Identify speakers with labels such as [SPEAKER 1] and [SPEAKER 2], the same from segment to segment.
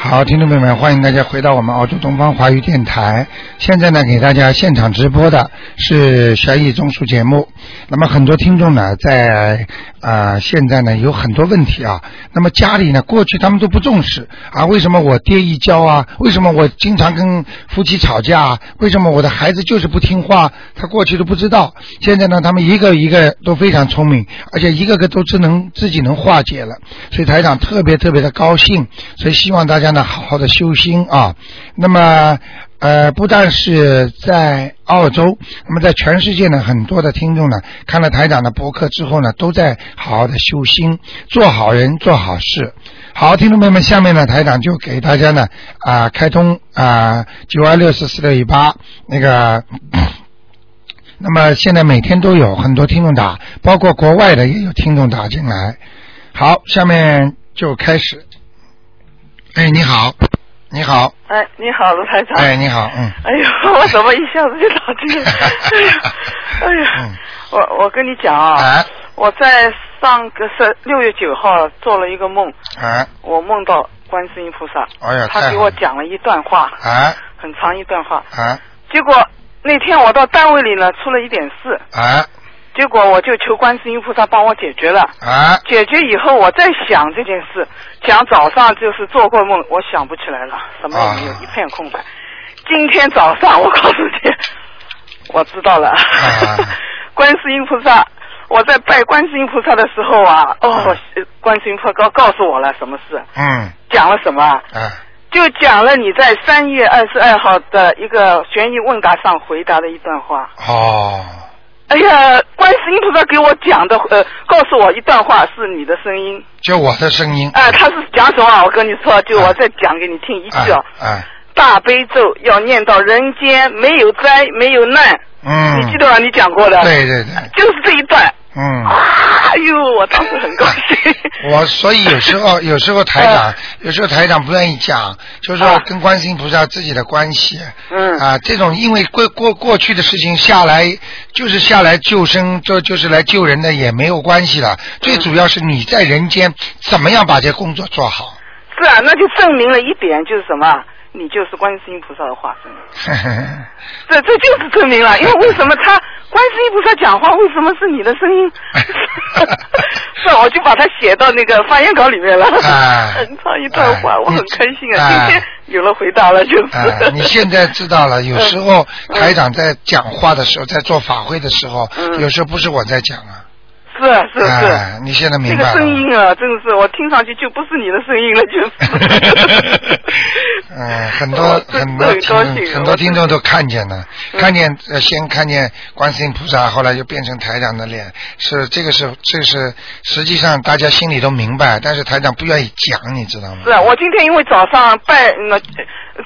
[SPEAKER 1] 好，听众朋友们，欢迎大家回到我们澳洲东方华语电台。现在呢，给大家现场直播的是悬疑综述节目。那么很多听众呢，在呃现在呢有很多问题啊。那么家里呢，过去他们都不重视啊，为什么我爹一教啊？为什么我经常跟夫妻吵架啊？为什么我的孩子就是不听话？他过去都不知道。现在呢，他们一个一个都非常聪明，而且一个个都只能自己能化解了。所以台长特别特别的高兴，所以希望大家呢好好的修心啊。那么呃，不但是在澳洲，那么在全世界呢，很多的听众呢，看了台长的博客之后呢，都在好好的修心，做好人，做好事。好，听众朋友们，下面呢，台长就给大家呢啊、开通啊九二六四四六一八那个。那么现在每天都有很多听众打，包括国外的也有听众打进来。好，下面就开始。哎，你好，你好，
[SPEAKER 2] 哎，你好，卢台长。
[SPEAKER 1] 哎，你好，嗯，
[SPEAKER 2] 哎呦，我怎么一下子就打 这个？哎呀，哎
[SPEAKER 1] 嗯
[SPEAKER 2] 呀，我我跟你讲啊，
[SPEAKER 1] 哎，
[SPEAKER 2] 我在上个是六月九号做了一个梦，
[SPEAKER 1] 哎，
[SPEAKER 2] 我梦到观世音菩萨，
[SPEAKER 1] 哎呀，
[SPEAKER 2] 他
[SPEAKER 1] 太
[SPEAKER 2] 给
[SPEAKER 1] 好
[SPEAKER 2] 我
[SPEAKER 1] 了，
[SPEAKER 2] 讲了一段话，
[SPEAKER 1] 哎，
[SPEAKER 2] 很长一段话。
[SPEAKER 1] 哎，
[SPEAKER 2] 结果那天我到单位里呢，出了一点事，
[SPEAKER 1] 哎，
[SPEAKER 2] 结果我就求观世音菩萨帮我解决了。
[SPEAKER 1] 哎，
[SPEAKER 2] 解决以后，我在想这件事，想早上就是做过梦，我想不起来了，什么也没有，
[SPEAKER 1] 啊
[SPEAKER 2] 一片空白。今天早上，我告诉你， 我知道了， 观世音菩萨。我在拜观世音菩萨的时候啊，哦，我呃观世音菩萨告告诉我了什么事，
[SPEAKER 1] 嗯，
[SPEAKER 2] 讲了什么啊，
[SPEAKER 1] 哎，
[SPEAKER 2] 就讲了你在三月二十二号的一个悬疑问答上回答的一段话。
[SPEAKER 1] 哦，
[SPEAKER 2] 哎呀，观世音菩萨给我讲的，呃，告诉我一段话是你的声音，
[SPEAKER 1] 就我的声音，
[SPEAKER 2] 啊、他是讲什么啊？我跟你说，就我再讲给你听一
[SPEAKER 1] 哎
[SPEAKER 2] 句啊，，
[SPEAKER 1] 哎，
[SPEAKER 2] 大悲咒要念到人间没有灾没有难，
[SPEAKER 1] 嗯，
[SPEAKER 2] 你记得吧？你讲过的，
[SPEAKER 1] 对对对，
[SPEAKER 2] 就是这一段。
[SPEAKER 1] 嗯。啊
[SPEAKER 2] 哎呦，我当时很高 兴。
[SPEAKER 1] 我所以有时 候有时候台长有时候台长不愿意讲，就是说
[SPEAKER 2] 嗯啊
[SPEAKER 1] 跟观世音菩萨自己的关系
[SPEAKER 2] 嗯
[SPEAKER 1] 啊，这种因为过过过去的事情下来就是下来救生，这就是来救人的也没有关系了。最
[SPEAKER 2] 嗯
[SPEAKER 1] 主要是你在人间怎么样把这工作做好。
[SPEAKER 2] 是啊，那就证明了一点，就是什么啊？你就是观世音菩萨的化身，这这就是证明了。因为为什么他观世音菩萨讲话，为什么是你的声 音？是啊，我就把它写到那个发言稿里面了。
[SPEAKER 1] 啊
[SPEAKER 2] 很长一段话，
[SPEAKER 1] 啊
[SPEAKER 2] 我很开心啊！
[SPEAKER 1] 啊
[SPEAKER 2] 今天有了回答了，就是。
[SPEAKER 1] 啊， 你现在知道了，有时候台长在讲话的时候，在做法会的时候，
[SPEAKER 2] 嗯
[SPEAKER 1] 有时候不是我在讲啊，
[SPEAKER 2] 是啊是啊是啊。
[SPEAKER 1] 啊，你现在明
[SPEAKER 2] 这
[SPEAKER 1] 白
[SPEAKER 2] 个
[SPEAKER 1] 了吗。
[SPEAKER 2] 声音啊，真的是我听上去就不是你的声音了， 就是。
[SPEAKER 1] 嗯，哎很
[SPEAKER 2] 我
[SPEAKER 1] 多
[SPEAKER 2] 真
[SPEAKER 1] 很多
[SPEAKER 2] 的很
[SPEAKER 1] 听
[SPEAKER 2] 哦高
[SPEAKER 1] 众
[SPEAKER 2] 兴
[SPEAKER 1] 很
[SPEAKER 2] 我
[SPEAKER 1] 多听
[SPEAKER 2] 真
[SPEAKER 1] 众都看见了，
[SPEAKER 2] 嗯
[SPEAKER 1] 看见呃先看见观世音菩萨，后来就变成台长的脸，是这个是这个是实际上大家心里都明白，但是台长不愿意讲，你知道吗？
[SPEAKER 2] 是啊，我今天因为早上拜那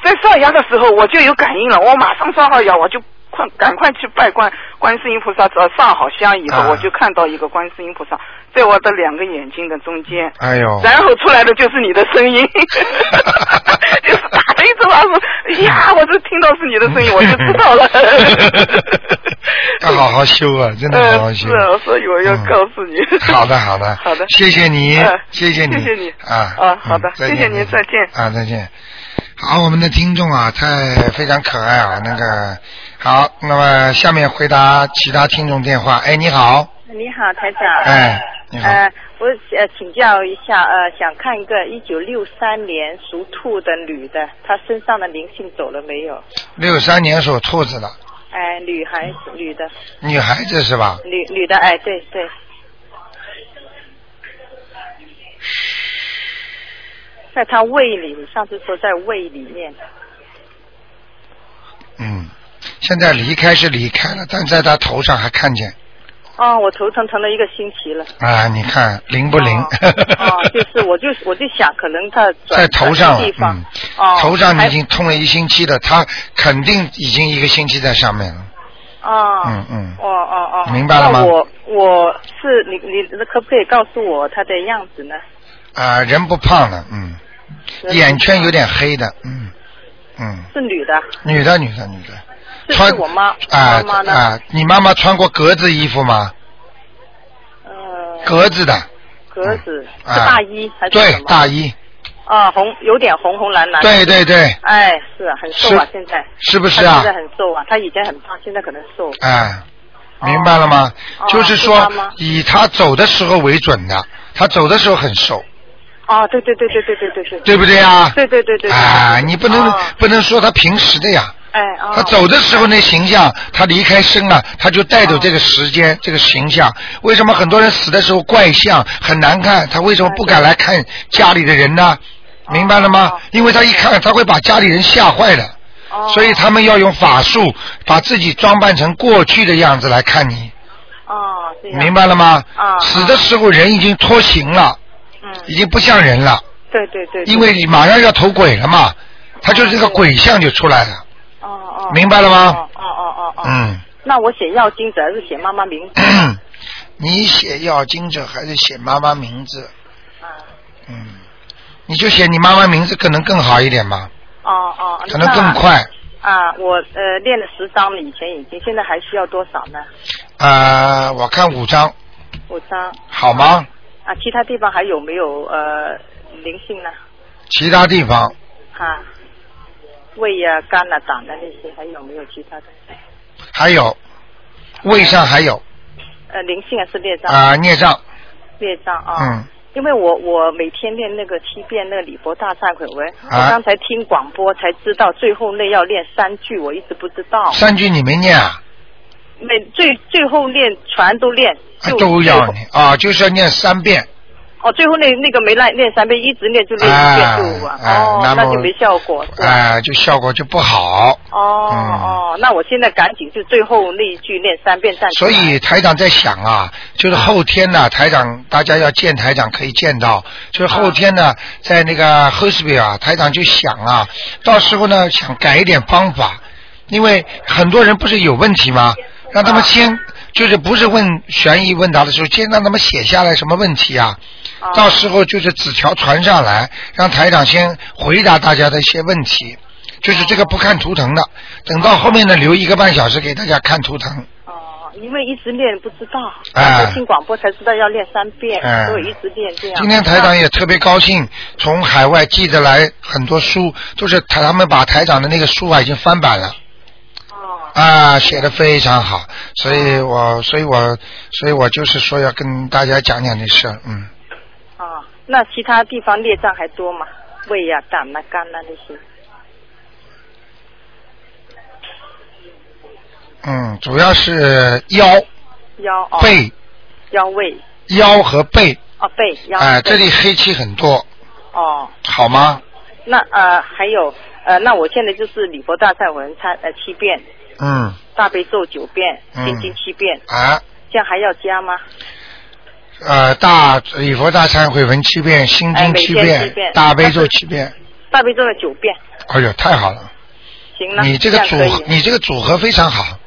[SPEAKER 2] 在刷牙的时候我就有感应了，我马上刷好牙，我就快赶快去拜观观世音菩萨，只要上好香以后，
[SPEAKER 1] 啊
[SPEAKER 2] 我就看到一个观世音菩萨在我的两个眼睛的中间，
[SPEAKER 1] 哎呦，。
[SPEAKER 2] 然后出来的就是你的声音，就是打了一阵，我说哎呀，我就听到是你的声音，我就知道了
[SPEAKER 1] 要好好修啊，真的好好
[SPEAKER 2] 嗯，
[SPEAKER 1] 修
[SPEAKER 2] 是。啊，所以我要告诉你。
[SPEAKER 1] 好的，好的，
[SPEAKER 2] 好的
[SPEAKER 1] 谢谢你
[SPEAKER 2] 嗯，
[SPEAKER 1] 谢谢你，
[SPEAKER 2] 谢谢你
[SPEAKER 1] 啊
[SPEAKER 2] 啊好的
[SPEAKER 1] 嗯再见
[SPEAKER 2] 谢谢您再见
[SPEAKER 1] 啊，再见。好，我们的听众啊，太非常可爱啊，那个好，那么下面回答其他听众电话。哎，你好，
[SPEAKER 3] 你好，台长。
[SPEAKER 2] 啊
[SPEAKER 1] 哎，你好，
[SPEAKER 3] 呃，我呃请教一下，呃，想看一个一九六三年属兔的女的，她身上的灵性走了没有？
[SPEAKER 1] 六三年属兔子的
[SPEAKER 3] 哎、女孩子，女的，
[SPEAKER 1] 女孩子是吧？
[SPEAKER 3] 女女的，哎，对对，在她胃里，你上次说在胃里面，
[SPEAKER 1] 嗯，现在离开是离开了，但在她头上还看见
[SPEAKER 3] 哦，我头疼疼了一个星期了。
[SPEAKER 1] 啊，你看灵不灵？
[SPEAKER 3] 哦哦， 就是，我就我就想，可能她转
[SPEAKER 1] 在头上
[SPEAKER 3] 转地方，
[SPEAKER 1] 嗯
[SPEAKER 3] 哦，
[SPEAKER 1] 头上
[SPEAKER 3] 还
[SPEAKER 1] 已经痛了一星期了，他肯定已经一个星期在上面了。
[SPEAKER 3] 哦，
[SPEAKER 1] 嗯嗯
[SPEAKER 3] 哦哦哦，
[SPEAKER 1] 明白了吗
[SPEAKER 3] 那我我是你你可不可以告诉我他的样子呢？
[SPEAKER 1] 啊、人不胖了，嗯，眼圈有点黑的，嗯嗯，
[SPEAKER 3] 是女的，
[SPEAKER 1] 女的女的女的，
[SPEAKER 3] 这
[SPEAKER 1] 穿
[SPEAKER 3] 是我妈
[SPEAKER 1] 啊
[SPEAKER 3] 妈妈呢？
[SPEAKER 1] 啊，你妈妈穿过格子衣服吗？
[SPEAKER 3] 呃，
[SPEAKER 1] 格子的，
[SPEAKER 3] 格子
[SPEAKER 1] 啊
[SPEAKER 3] 呃是大衣还
[SPEAKER 1] 嗯
[SPEAKER 3] 是
[SPEAKER 1] 对
[SPEAKER 3] 什，么？
[SPEAKER 1] 大衣，
[SPEAKER 3] 啊，红有点红红蓝蓝。
[SPEAKER 1] 对对对，
[SPEAKER 3] 哎，是啊，很瘦啊，
[SPEAKER 1] 是
[SPEAKER 3] 现在。
[SPEAKER 1] 是不是
[SPEAKER 3] 他
[SPEAKER 1] 啊
[SPEAKER 3] 现？在很瘦啊，他以前很胖，现在可能瘦。
[SPEAKER 1] 哎，明白了吗？
[SPEAKER 3] 哦
[SPEAKER 1] 就是
[SPEAKER 3] 知道
[SPEAKER 1] 说
[SPEAKER 3] 吗
[SPEAKER 1] 以他走的时候为准的，他走的时候很瘦，
[SPEAKER 3] 哦，对对对对对对对对。
[SPEAKER 1] 对不对啊？
[SPEAKER 3] 对对对对。
[SPEAKER 1] 啊，你不能、
[SPEAKER 3] 哦
[SPEAKER 1] 不能说他平时的呀，
[SPEAKER 3] 哎啊。
[SPEAKER 1] 他走的时候那形象，他离开身了，他就带走这
[SPEAKER 3] 哦
[SPEAKER 1] 个时间、这个形象。为什么很多人死的时候怪相很难看？他为什么不敢来看家里的人呢？明白了吗
[SPEAKER 3] 哦？
[SPEAKER 1] 因为他一看，他会把家里人吓坏的，
[SPEAKER 3] 哦。
[SPEAKER 1] 所以他们要用法术把自己装扮成过去的样子来看你，
[SPEAKER 3] 哦，这样。
[SPEAKER 1] 明。白了吗
[SPEAKER 3] 啊？
[SPEAKER 1] 死的时候人已经脱形了，
[SPEAKER 3] 嗯，
[SPEAKER 1] 已经不像人了，
[SPEAKER 3] 对对对。对
[SPEAKER 1] 因为马上要投鬼了嘛，他就是这个鬼相就出来了，
[SPEAKER 3] 哦哦。
[SPEAKER 1] 明白了吗
[SPEAKER 3] 哦？哦哦哦哦。。
[SPEAKER 1] 嗯。
[SPEAKER 3] 那我写要经者还是写妈 妈名字？嗯
[SPEAKER 1] 你写要经者还是写妈妈名字？
[SPEAKER 3] 啊。
[SPEAKER 1] 嗯，你就写你妈妈名字可能更好一点吧，
[SPEAKER 3] 哦哦。
[SPEAKER 1] 可能更快。
[SPEAKER 3] 那。啊，我呃练了十张了，以前已经，现在还需要多少呢？
[SPEAKER 1] 呃，我看五张
[SPEAKER 3] 五张。
[SPEAKER 1] 好吗？
[SPEAKER 3] 啊，其他地方还有没有呃灵性呢？
[SPEAKER 1] 其他地方
[SPEAKER 3] 啊，胃呀、肝呐、胆的那些，还有没有其他的？
[SPEAKER 1] 还有，胃上还有
[SPEAKER 3] 呃，灵性还是孽障？
[SPEAKER 1] 啊、孽障，
[SPEAKER 3] 孽障啊。
[SPEAKER 1] 嗯，
[SPEAKER 3] 因为我我每天练那个七遍那个礼佛大忏悔文，
[SPEAKER 1] 啊
[SPEAKER 3] 我刚才听广播才知道最后那要练三句，我一直不知道。
[SPEAKER 1] 三句你没念啊？
[SPEAKER 3] 每最最后练全都练，
[SPEAKER 1] 啊
[SPEAKER 3] 就
[SPEAKER 1] 都
[SPEAKER 3] 最
[SPEAKER 1] 要
[SPEAKER 3] 后
[SPEAKER 1] 你啊，就是要念三遍。
[SPEAKER 3] 哦，最后那那个没练练三遍，一直练就练一遍
[SPEAKER 1] 啊
[SPEAKER 3] 就完、
[SPEAKER 1] 啊，
[SPEAKER 3] 哦，
[SPEAKER 1] 那
[SPEAKER 3] 那
[SPEAKER 1] 么
[SPEAKER 3] 就没效果。是吧
[SPEAKER 1] 啊，就效果就不好。
[SPEAKER 3] 哦、
[SPEAKER 1] 嗯
[SPEAKER 3] 哦，那我现在赶紧就最后那一句练三遍站起
[SPEAKER 1] 所
[SPEAKER 3] 来。
[SPEAKER 1] 以台长在想啊，就是后天呢，台长大家要见台长可以见到，就是后天呢，在那个 h o s p i 啊，台长就想啊，到时候呢想改一点方法，因为很多人不是有问题吗？让他们先就是不是问悬疑问答的时候，先让他们写下来什么问题啊，
[SPEAKER 3] 哦
[SPEAKER 1] 到时候就是纸条传上来，让台长先回答大家的一些问题。就是这个不看图腾的，等到后面呢留一个半小时给大家看图腾。
[SPEAKER 3] 哦，因为一直练不知道，
[SPEAKER 1] 哎
[SPEAKER 3] 刚才听广播才知道要练三遍，
[SPEAKER 1] 哎
[SPEAKER 3] 所以一直练这样。
[SPEAKER 1] 今天台长也特别高兴，从海外寄的来很多书，都是台他们把台长的那个书啊已经翻版了
[SPEAKER 3] 哦
[SPEAKER 1] 啊，写的非常好，所以我所以我所以我就是说要跟大家讲讲这事儿，嗯，
[SPEAKER 3] 哦，那其他地方孽障还多吗？胃呀、胆呐、肝呐、那些。
[SPEAKER 1] 嗯，主要是腰、
[SPEAKER 3] 腰哦，
[SPEAKER 1] 背、
[SPEAKER 3] 腰胃
[SPEAKER 1] 腰和背，
[SPEAKER 3] 哦背腰
[SPEAKER 1] 哎、
[SPEAKER 3] 背
[SPEAKER 1] 这里黑气很多，
[SPEAKER 3] 哦，
[SPEAKER 1] 好吗？
[SPEAKER 3] 那呃还有呃，那我现在就是礼佛大忏文参呃七遍，
[SPEAKER 1] 嗯，
[SPEAKER 3] 大悲咒九遍，
[SPEAKER 1] 嗯
[SPEAKER 3] 心经七遍，
[SPEAKER 1] 啊，
[SPEAKER 3] 这样还要加吗？
[SPEAKER 1] 呃，大礼佛大忏悔文七遍，心
[SPEAKER 3] 哎
[SPEAKER 1] 经
[SPEAKER 3] 每
[SPEAKER 1] 七
[SPEAKER 3] 天
[SPEAKER 1] 遍，
[SPEAKER 3] 七遍
[SPEAKER 1] 大悲咒七遍，
[SPEAKER 3] 大悲咒的九遍，
[SPEAKER 1] 哎呦，太好了，
[SPEAKER 3] 行了，
[SPEAKER 1] 你这个
[SPEAKER 3] 样
[SPEAKER 1] 组
[SPEAKER 3] 可以
[SPEAKER 1] 合你这个组合非常好。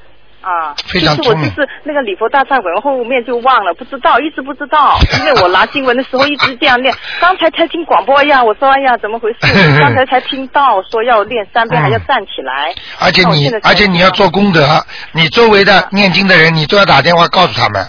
[SPEAKER 3] 啊，
[SPEAKER 1] 非常
[SPEAKER 3] 其实我
[SPEAKER 1] 聪
[SPEAKER 3] 就
[SPEAKER 1] 明
[SPEAKER 3] 是那个礼佛大忏悔文后面就忘了，不知道，一直不知 道，因为我拿经文的时候一直这样念。刚才才听广播呀，我说哎呀怎么回事？刚才才听到说要练三
[SPEAKER 1] 嗯
[SPEAKER 3] 遍，还要站起来。
[SPEAKER 1] 而且
[SPEAKER 3] 那我
[SPEAKER 1] 你
[SPEAKER 3] 现在，才嗯
[SPEAKER 1] 而且你要
[SPEAKER 3] 知
[SPEAKER 1] 做
[SPEAKER 3] 道
[SPEAKER 1] 功德，你周围的念经的人，你都要打电话告诉他
[SPEAKER 3] 哦
[SPEAKER 1] 们。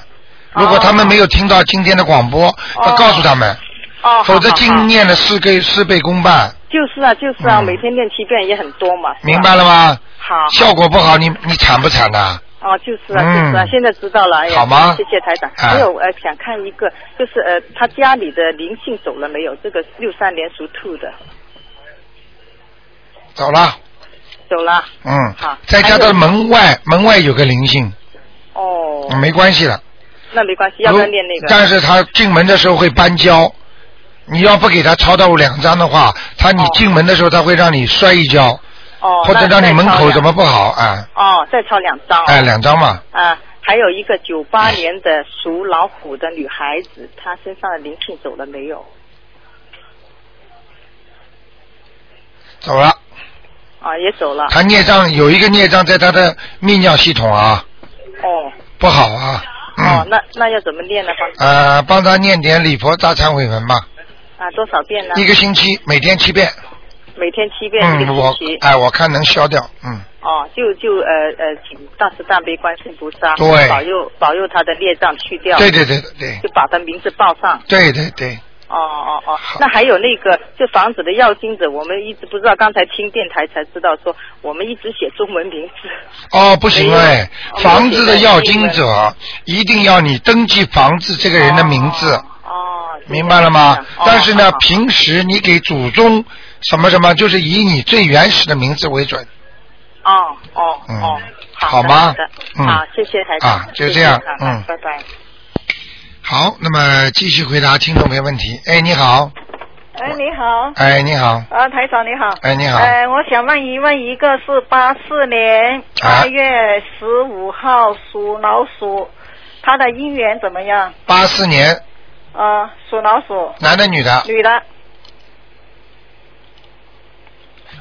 [SPEAKER 1] 如果他们没有听到今天的广播，要告诉他们，
[SPEAKER 3] 哦，
[SPEAKER 1] 否则
[SPEAKER 3] 好好
[SPEAKER 1] 经
[SPEAKER 3] 好
[SPEAKER 1] 念了事倍事倍功半，
[SPEAKER 3] 就是啊就是啊，
[SPEAKER 1] 嗯
[SPEAKER 3] 每天练七遍也很多嘛。是吧
[SPEAKER 1] 明白？了吗？
[SPEAKER 3] 好，
[SPEAKER 1] 效果不好，你你惨不惨呐、
[SPEAKER 3] 哦，就是啊，就是啊，
[SPEAKER 1] 嗯
[SPEAKER 3] 现在知道了，哎呀，
[SPEAKER 1] 好吗
[SPEAKER 3] 谢谢台长。
[SPEAKER 1] 啊
[SPEAKER 3] 还有呃，想看一个，就是呃，他家里的灵性走了没有？这个六三年属兔的
[SPEAKER 1] 走了，
[SPEAKER 3] 走了。
[SPEAKER 1] 嗯
[SPEAKER 3] 好，
[SPEAKER 1] 在家
[SPEAKER 3] 还
[SPEAKER 1] 的
[SPEAKER 3] 有
[SPEAKER 1] 门外，门外有个灵性，
[SPEAKER 3] 哦，
[SPEAKER 1] 没关系了。
[SPEAKER 3] 那没关系，要不要
[SPEAKER 1] 如
[SPEAKER 3] 练那个？
[SPEAKER 1] 但是他进门的时候会搬胶，你要不给他抄到两张的话，他你
[SPEAKER 3] 哦
[SPEAKER 1] 进门的时候他会让你摔一跤，
[SPEAKER 3] 哦，
[SPEAKER 1] 或者
[SPEAKER 3] 那
[SPEAKER 1] 让你
[SPEAKER 3] 再
[SPEAKER 1] 门
[SPEAKER 3] 抄
[SPEAKER 1] 口
[SPEAKER 3] 两
[SPEAKER 1] 怎么不好啊？
[SPEAKER 3] 哦，再抄两张、哦。
[SPEAKER 1] 哎，两张嘛。
[SPEAKER 3] 啊，还有一个九八年的属老虎的女孩子，她身上的灵性走了没有？
[SPEAKER 1] 走了，
[SPEAKER 3] 啊，也走了。
[SPEAKER 1] 他孽障有一个孽障在他的泌尿系统啊，
[SPEAKER 3] 哦
[SPEAKER 1] 不好啊。
[SPEAKER 3] 哦，
[SPEAKER 1] 嗯。
[SPEAKER 3] 那那要怎么练呢？
[SPEAKER 1] 呃，帮他念点礼佛大忏悔文吧，
[SPEAKER 3] 啊，多少遍呢？
[SPEAKER 1] 一个星期每天七遍。
[SPEAKER 3] 每天七遍，一个
[SPEAKER 1] 嗯，我
[SPEAKER 3] 星期。
[SPEAKER 1] 哎，我看能消掉。嗯，
[SPEAKER 3] 哦，就就呃呃，请大慈大悲观世音菩萨
[SPEAKER 1] 对
[SPEAKER 3] 保佑保佑她的孽障去掉，
[SPEAKER 1] 对对对对
[SPEAKER 3] 就把她名字报上。
[SPEAKER 1] 对对对对，
[SPEAKER 3] 哦哦哦，那还有那个就房子的要经者，我们一直不知道，刚才听电台才知道说，我们一直写中文名字。
[SPEAKER 1] 哦，不行哎
[SPEAKER 3] 没，有
[SPEAKER 1] 房子的要
[SPEAKER 3] 没
[SPEAKER 1] 经
[SPEAKER 3] 有写
[SPEAKER 1] 者一定要你登记房子这个人的名字。
[SPEAKER 3] 哦，
[SPEAKER 1] 明白了吗
[SPEAKER 3] 这样？哦
[SPEAKER 1] 但是呢
[SPEAKER 3] 好，好
[SPEAKER 1] 平时你给祖宗什么什么，就是以你最原始的名字为准
[SPEAKER 3] 哦哦
[SPEAKER 1] 嗯
[SPEAKER 3] 哦，
[SPEAKER 1] 好
[SPEAKER 3] 的
[SPEAKER 1] 吗
[SPEAKER 3] 好的
[SPEAKER 1] 嗯
[SPEAKER 3] 好，谢谢台长。
[SPEAKER 1] 啊就
[SPEAKER 3] 谢
[SPEAKER 1] 这
[SPEAKER 3] 谢
[SPEAKER 1] 样
[SPEAKER 3] 啊
[SPEAKER 1] 嗯
[SPEAKER 3] 拜拜。
[SPEAKER 1] 好，那么继续回答听众没问题。哎，你好，
[SPEAKER 4] 哎，你好，
[SPEAKER 1] 哎，你好，
[SPEAKER 4] 啊，台长你好，
[SPEAKER 1] 哎，你好，
[SPEAKER 4] 呃，我想问一问，一个是八四年
[SPEAKER 1] 啊
[SPEAKER 4] 二月十五号属老鼠，他的姻缘怎么样？
[SPEAKER 1] 八四年，
[SPEAKER 4] 呃，属老鼠，
[SPEAKER 1] 男的女的？
[SPEAKER 4] 女的，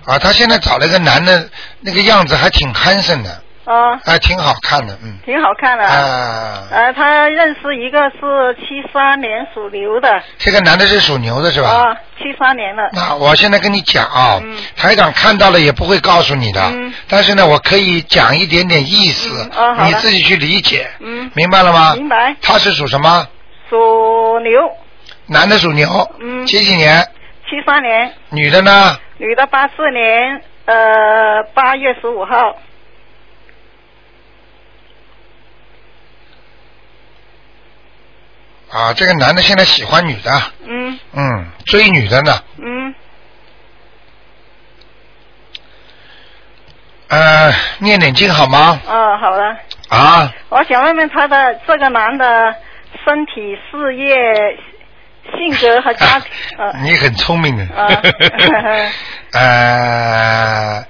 [SPEAKER 1] 啊，他现在找了一个男的，那个样子还挺憨生的，
[SPEAKER 4] 呃，
[SPEAKER 1] 还挺好看的，嗯，
[SPEAKER 4] 挺好看的。
[SPEAKER 1] 啊，
[SPEAKER 4] 呃，他认识一个是七三年属牛的，
[SPEAKER 1] 这个男的是属牛的是吧？
[SPEAKER 4] 啊，七三年的，
[SPEAKER 1] 那我现在跟你讲啊
[SPEAKER 4] 嗯，
[SPEAKER 1] 台长看到了也不会告诉你的
[SPEAKER 4] 嗯，
[SPEAKER 1] 但是呢，我可以讲一点点意思
[SPEAKER 4] 嗯哦，好
[SPEAKER 1] 你
[SPEAKER 4] 的
[SPEAKER 1] 自己去理解，
[SPEAKER 4] 嗯，
[SPEAKER 1] 明白了吗？
[SPEAKER 4] 明白，
[SPEAKER 1] 他是属什么？
[SPEAKER 4] 属牛，
[SPEAKER 1] 男的属牛，
[SPEAKER 4] 嗯
[SPEAKER 1] 几几年？
[SPEAKER 4] 七三年，
[SPEAKER 1] 女的呢？
[SPEAKER 4] 女的八四年，呃，八月十五号，
[SPEAKER 1] 啊，这个男的现在喜欢女的，
[SPEAKER 4] 嗯
[SPEAKER 1] 嗯，追女的呢。
[SPEAKER 4] 嗯。
[SPEAKER 1] 呃，念点经好吗？
[SPEAKER 4] 哦，好了，
[SPEAKER 1] 啊，，
[SPEAKER 4] 我想问问他的这个男的身体、事业、性格和家庭呃，
[SPEAKER 1] 你很聪明的。
[SPEAKER 4] 啊
[SPEAKER 1] 呃，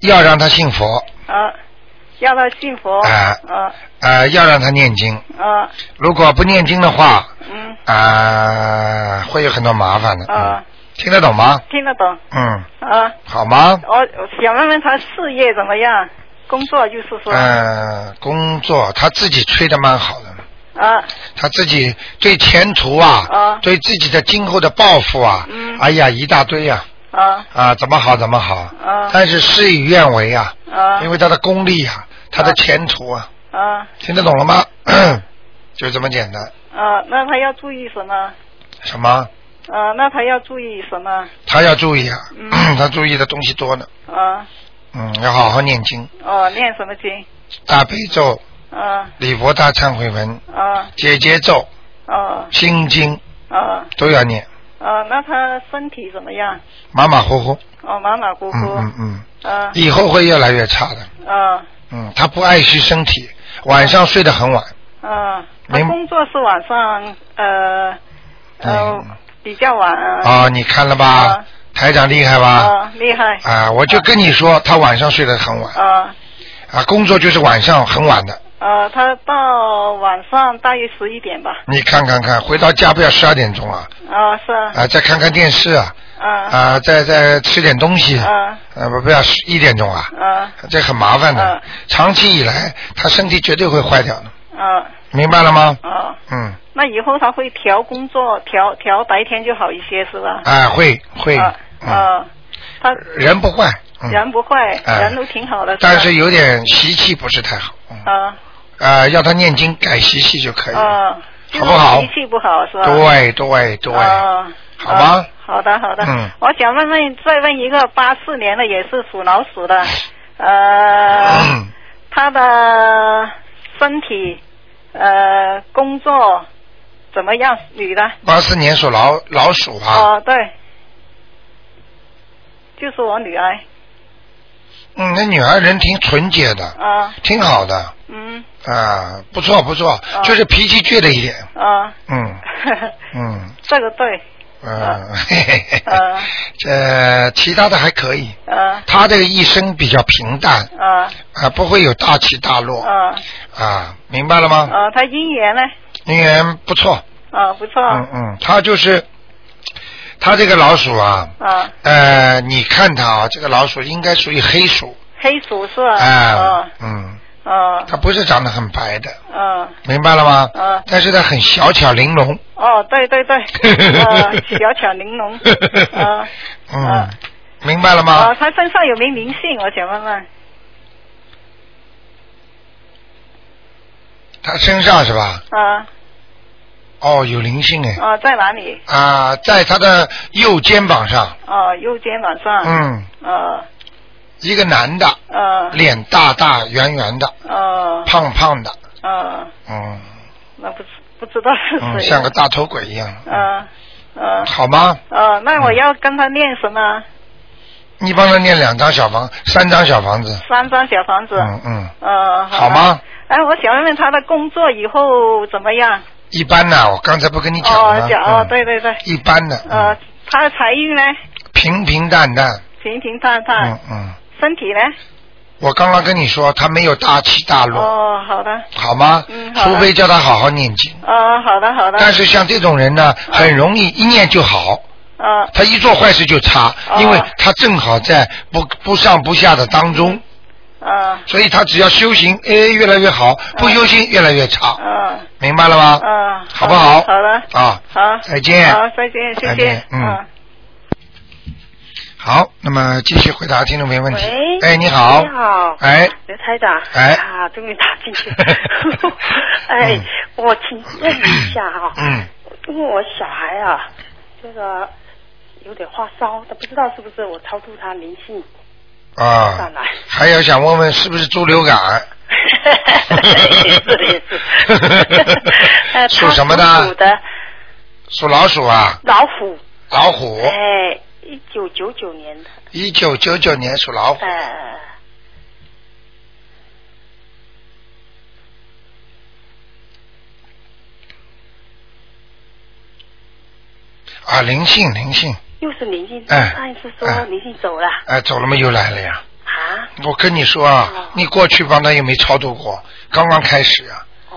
[SPEAKER 1] 要让他信佛，
[SPEAKER 4] 呃，要他幸福，
[SPEAKER 1] 哎
[SPEAKER 4] 呃
[SPEAKER 1] 呃，要让他念经。
[SPEAKER 4] 呃，
[SPEAKER 1] 如果不念经的话，
[SPEAKER 4] 嗯，
[SPEAKER 1] 啊、会有很多麻烦的。嗯
[SPEAKER 4] 啊，
[SPEAKER 1] 听得懂吗？
[SPEAKER 4] 听得懂，
[SPEAKER 1] 嗯，
[SPEAKER 4] 呃，
[SPEAKER 1] 好吗？
[SPEAKER 4] 我我想问问他事业怎么样，工作就是说，
[SPEAKER 1] 嗯，工作他自己吹的蛮好的，
[SPEAKER 4] 呃，
[SPEAKER 1] 他自己对前途啊，
[SPEAKER 4] 啊
[SPEAKER 1] 对自己的今后的抱负啊，
[SPEAKER 4] 嗯
[SPEAKER 1] 哎呀一大堆啊，
[SPEAKER 4] 呃，
[SPEAKER 1] 啊怎么好怎么好，
[SPEAKER 4] 啊
[SPEAKER 1] 但是事与愿违啊，
[SPEAKER 4] 呃，
[SPEAKER 1] 因为他的功力啊，他的前途啊，
[SPEAKER 4] 呃，
[SPEAKER 1] 听得懂了吗？ 就这么简单。
[SPEAKER 4] 呃，那他要注意什么？
[SPEAKER 1] 什么？
[SPEAKER 4] 呃，那他要注意什么？
[SPEAKER 1] 他要注意啊，
[SPEAKER 4] 嗯
[SPEAKER 1] 他注意的东西多呢，
[SPEAKER 4] 呃，
[SPEAKER 1] 嗯，要好好念经，
[SPEAKER 4] 哦，念什么经？
[SPEAKER 1] 大悲咒、
[SPEAKER 4] 呃，
[SPEAKER 1] 礼佛大忏悔文、
[SPEAKER 4] 呃，
[SPEAKER 1] 解结咒、
[SPEAKER 4] 呃，
[SPEAKER 1] 心经
[SPEAKER 4] 呃。
[SPEAKER 1] 都要念，
[SPEAKER 4] 呃，那他身体怎么样？
[SPEAKER 1] 马马虎虎，
[SPEAKER 4] 哦，马马虎虎。
[SPEAKER 1] 嗯嗯嗯，
[SPEAKER 4] 呃
[SPEAKER 1] 以后会越来越差的。
[SPEAKER 4] 呃
[SPEAKER 1] 嗯，他不爱惜身体，晚上睡得很晚。
[SPEAKER 4] 呃，
[SPEAKER 1] 明
[SPEAKER 4] 他工作是晚上呃呃
[SPEAKER 1] 嗯嗯
[SPEAKER 4] 比较晚。
[SPEAKER 1] 啊、你看了吧
[SPEAKER 4] 啊，
[SPEAKER 1] 台长厉害吧？
[SPEAKER 4] 呃，厉害。
[SPEAKER 1] 啊，我就跟你说，他晚上睡得很晚
[SPEAKER 4] 呃
[SPEAKER 1] 啊，工作就是晚上很晚的。
[SPEAKER 4] 呃，他到晚上大约十一点吧。
[SPEAKER 1] 你看看看，回到家不要十二点钟啊，
[SPEAKER 4] 啊，是啊。
[SPEAKER 1] 啊，再看看电视啊，
[SPEAKER 4] 啊
[SPEAKER 1] 啊，再再吃点东西，啊，
[SPEAKER 4] 啊
[SPEAKER 1] 不不要十一点钟啊，
[SPEAKER 4] 啊
[SPEAKER 1] 这很麻烦的
[SPEAKER 4] 啊。
[SPEAKER 1] 长期以来，他身体绝对会坏掉的，
[SPEAKER 4] 啊
[SPEAKER 1] 明白了吗？
[SPEAKER 4] 啊！
[SPEAKER 1] 嗯，
[SPEAKER 4] 那以后他会调工作，调调白天就好一些，是吧？
[SPEAKER 1] 啊，会会，
[SPEAKER 4] 啊
[SPEAKER 1] 嗯，
[SPEAKER 4] 啊，他
[SPEAKER 1] 人不坏，嗯，
[SPEAKER 4] 人不坏，
[SPEAKER 1] 哎
[SPEAKER 4] 人都挺好的。吧
[SPEAKER 1] 但是有点习气不是太好，嗯。
[SPEAKER 4] 啊。
[SPEAKER 1] 呃，要他念经改习气就可以了。
[SPEAKER 4] 啊，就是
[SPEAKER 1] 哎好不好
[SPEAKER 4] 脾气不好是吧？
[SPEAKER 1] 对对对，
[SPEAKER 4] 啊、
[SPEAKER 1] 好吧
[SPEAKER 4] 啊好的好的。
[SPEAKER 1] 嗯
[SPEAKER 4] 我想问问，再问一个八四年的也是属老鼠的，
[SPEAKER 1] 嗯
[SPEAKER 4] 呃，他的身体呃工作怎么样？女的？
[SPEAKER 1] 八四年属老老鼠啊，
[SPEAKER 4] 哦、对，就是我女儿
[SPEAKER 1] 嗯，那女儿人挺纯洁的，
[SPEAKER 4] 啊，
[SPEAKER 1] 挺好的
[SPEAKER 4] 嗯
[SPEAKER 1] 啊，不错不错，就是脾气倔了一点，
[SPEAKER 4] 啊，
[SPEAKER 1] 嗯嗯
[SPEAKER 4] 这个对，
[SPEAKER 1] 嗯，嘿嘿嘿
[SPEAKER 4] 啊，
[SPEAKER 1] 这其他的还可以，
[SPEAKER 4] 呃
[SPEAKER 1] 他这个一生比较平淡
[SPEAKER 4] 呃
[SPEAKER 1] 啊，不会有大起大落
[SPEAKER 4] 呃
[SPEAKER 1] 啊，明白了吗？
[SPEAKER 4] 呃，她姻缘呢？
[SPEAKER 1] 姻缘不错，
[SPEAKER 4] 啊，不错，
[SPEAKER 1] 嗯嗯，他就是他这个老鼠啊，
[SPEAKER 4] 啊，
[SPEAKER 1] 呃，你看它啊，这个老鼠应该属于黑鼠，
[SPEAKER 4] 黑鼠是吧？
[SPEAKER 1] 哎、
[SPEAKER 4] 啊，
[SPEAKER 1] 嗯，
[SPEAKER 4] 哦
[SPEAKER 1] 它不是长得很白的，
[SPEAKER 4] 哦
[SPEAKER 1] 明白了吗？
[SPEAKER 4] 嗯
[SPEAKER 1] 但是它很小巧玲珑。
[SPEAKER 4] 哦，对对 对，呃，小巧玲珑，呃，
[SPEAKER 1] 嗯，
[SPEAKER 4] 嗯
[SPEAKER 1] 明白了吗
[SPEAKER 4] 哦，？他身上有没有灵性？我想问问，
[SPEAKER 1] 它身上是吧？
[SPEAKER 4] 啊
[SPEAKER 1] 哦，有灵性哎。
[SPEAKER 4] 啊，呃在哪里？
[SPEAKER 1] 啊，在他的右肩膀上，
[SPEAKER 4] 哦，右肩膀上。。
[SPEAKER 1] 嗯，
[SPEAKER 4] 呃
[SPEAKER 1] 一个男的，
[SPEAKER 4] 呃
[SPEAKER 1] 脸大大圆圆的，
[SPEAKER 4] 呃
[SPEAKER 1] 胖胖的，
[SPEAKER 4] 呃，
[SPEAKER 1] 嗯
[SPEAKER 4] 那不知不知道是
[SPEAKER 1] 嗯，
[SPEAKER 4] 谁。
[SPEAKER 1] 像个大头鬼一样，
[SPEAKER 4] 呃呃
[SPEAKER 1] 好吗？
[SPEAKER 4] 呃，那
[SPEAKER 1] 嗯
[SPEAKER 4] 我要跟他念什么？
[SPEAKER 1] 你帮他念两张小房，三张小房子，
[SPEAKER 4] 三张小房子。
[SPEAKER 1] 嗯嗯，
[SPEAKER 4] 呃，
[SPEAKER 1] 好
[SPEAKER 4] 啊？
[SPEAKER 1] 吗？
[SPEAKER 4] 哎，我想问问他的工作以后怎么样？
[SPEAKER 1] 一般呢，我刚才不跟你讲了
[SPEAKER 4] 哦
[SPEAKER 1] 吗？，
[SPEAKER 4] 讲哦
[SPEAKER 1] 嗯，
[SPEAKER 4] 对对对，
[SPEAKER 1] 一般的，
[SPEAKER 4] 呃
[SPEAKER 1] 嗯，
[SPEAKER 4] 他的财运呢，
[SPEAKER 1] 平平淡淡，
[SPEAKER 4] 平平淡淡，
[SPEAKER 1] 嗯嗯，
[SPEAKER 4] 身体呢？
[SPEAKER 1] 我刚刚跟你说他没有大起大落，
[SPEAKER 4] 哦，好的，
[SPEAKER 1] 好吗？
[SPEAKER 4] 嗯好的
[SPEAKER 1] 除非叫他好好念经。
[SPEAKER 4] 哦，好嗯的好的，
[SPEAKER 1] 但是像这种人呢，很容易一念就好，
[SPEAKER 4] 呃，
[SPEAKER 5] 哦
[SPEAKER 1] 他一做坏事就差，
[SPEAKER 4] 哦
[SPEAKER 1] 因为他正好在不不上不下的当
[SPEAKER 4] 嗯
[SPEAKER 1] 中，
[SPEAKER 5] 哦
[SPEAKER 4] 呃，
[SPEAKER 1] 所以他只要修行，哎，越来越好；
[SPEAKER 4] 嗯
[SPEAKER 1] 不修行，越来越差，
[SPEAKER 4] 呃，
[SPEAKER 1] 明白了吗？
[SPEAKER 5] 哦
[SPEAKER 4] 呃，
[SPEAKER 1] 好不好
[SPEAKER 4] 好的，
[SPEAKER 1] 啊，
[SPEAKER 4] 好，
[SPEAKER 1] 再见
[SPEAKER 4] 好，再见，谢
[SPEAKER 1] 再
[SPEAKER 4] 谢
[SPEAKER 1] 见，嗯好，那么继续回答听众朋友问题。
[SPEAKER 5] 喂
[SPEAKER 1] 哎，你好
[SPEAKER 5] 你，好，
[SPEAKER 1] 哎，
[SPEAKER 5] 刘台长，
[SPEAKER 1] 哎
[SPEAKER 5] 啊，终于打 进去，哎，
[SPEAKER 1] 嗯
[SPEAKER 5] 我请问一下哈、
[SPEAKER 1] 嗯，
[SPEAKER 5] 因为我小孩啊，这个有点发烧，他不知道是不是我超度他灵性
[SPEAKER 1] 啊
[SPEAKER 5] 上，来，
[SPEAKER 1] 还有想问问是不是猪流感？
[SPEAKER 5] 也是也是，呃，
[SPEAKER 1] 属
[SPEAKER 5] 他
[SPEAKER 1] 什么
[SPEAKER 5] 属
[SPEAKER 1] 的
[SPEAKER 5] 虎的
[SPEAKER 1] 属老鼠啊，
[SPEAKER 5] 老虎，
[SPEAKER 1] 老虎，
[SPEAKER 5] 哎，一九九九年的，
[SPEAKER 1] 一九九九年属老虎，
[SPEAKER 5] 呃，
[SPEAKER 1] 啊，灵性灵性，
[SPEAKER 5] 又是灵性，
[SPEAKER 1] 哎
[SPEAKER 5] 上一次说
[SPEAKER 1] 哎
[SPEAKER 5] 灵性走了
[SPEAKER 1] 哎，走了吗？又来了呀。
[SPEAKER 5] 啊，
[SPEAKER 1] 我跟你说啊
[SPEAKER 5] 哦，
[SPEAKER 1] 你过去帮他又没超度过，刚刚开始啊，
[SPEAKER 5] 哦，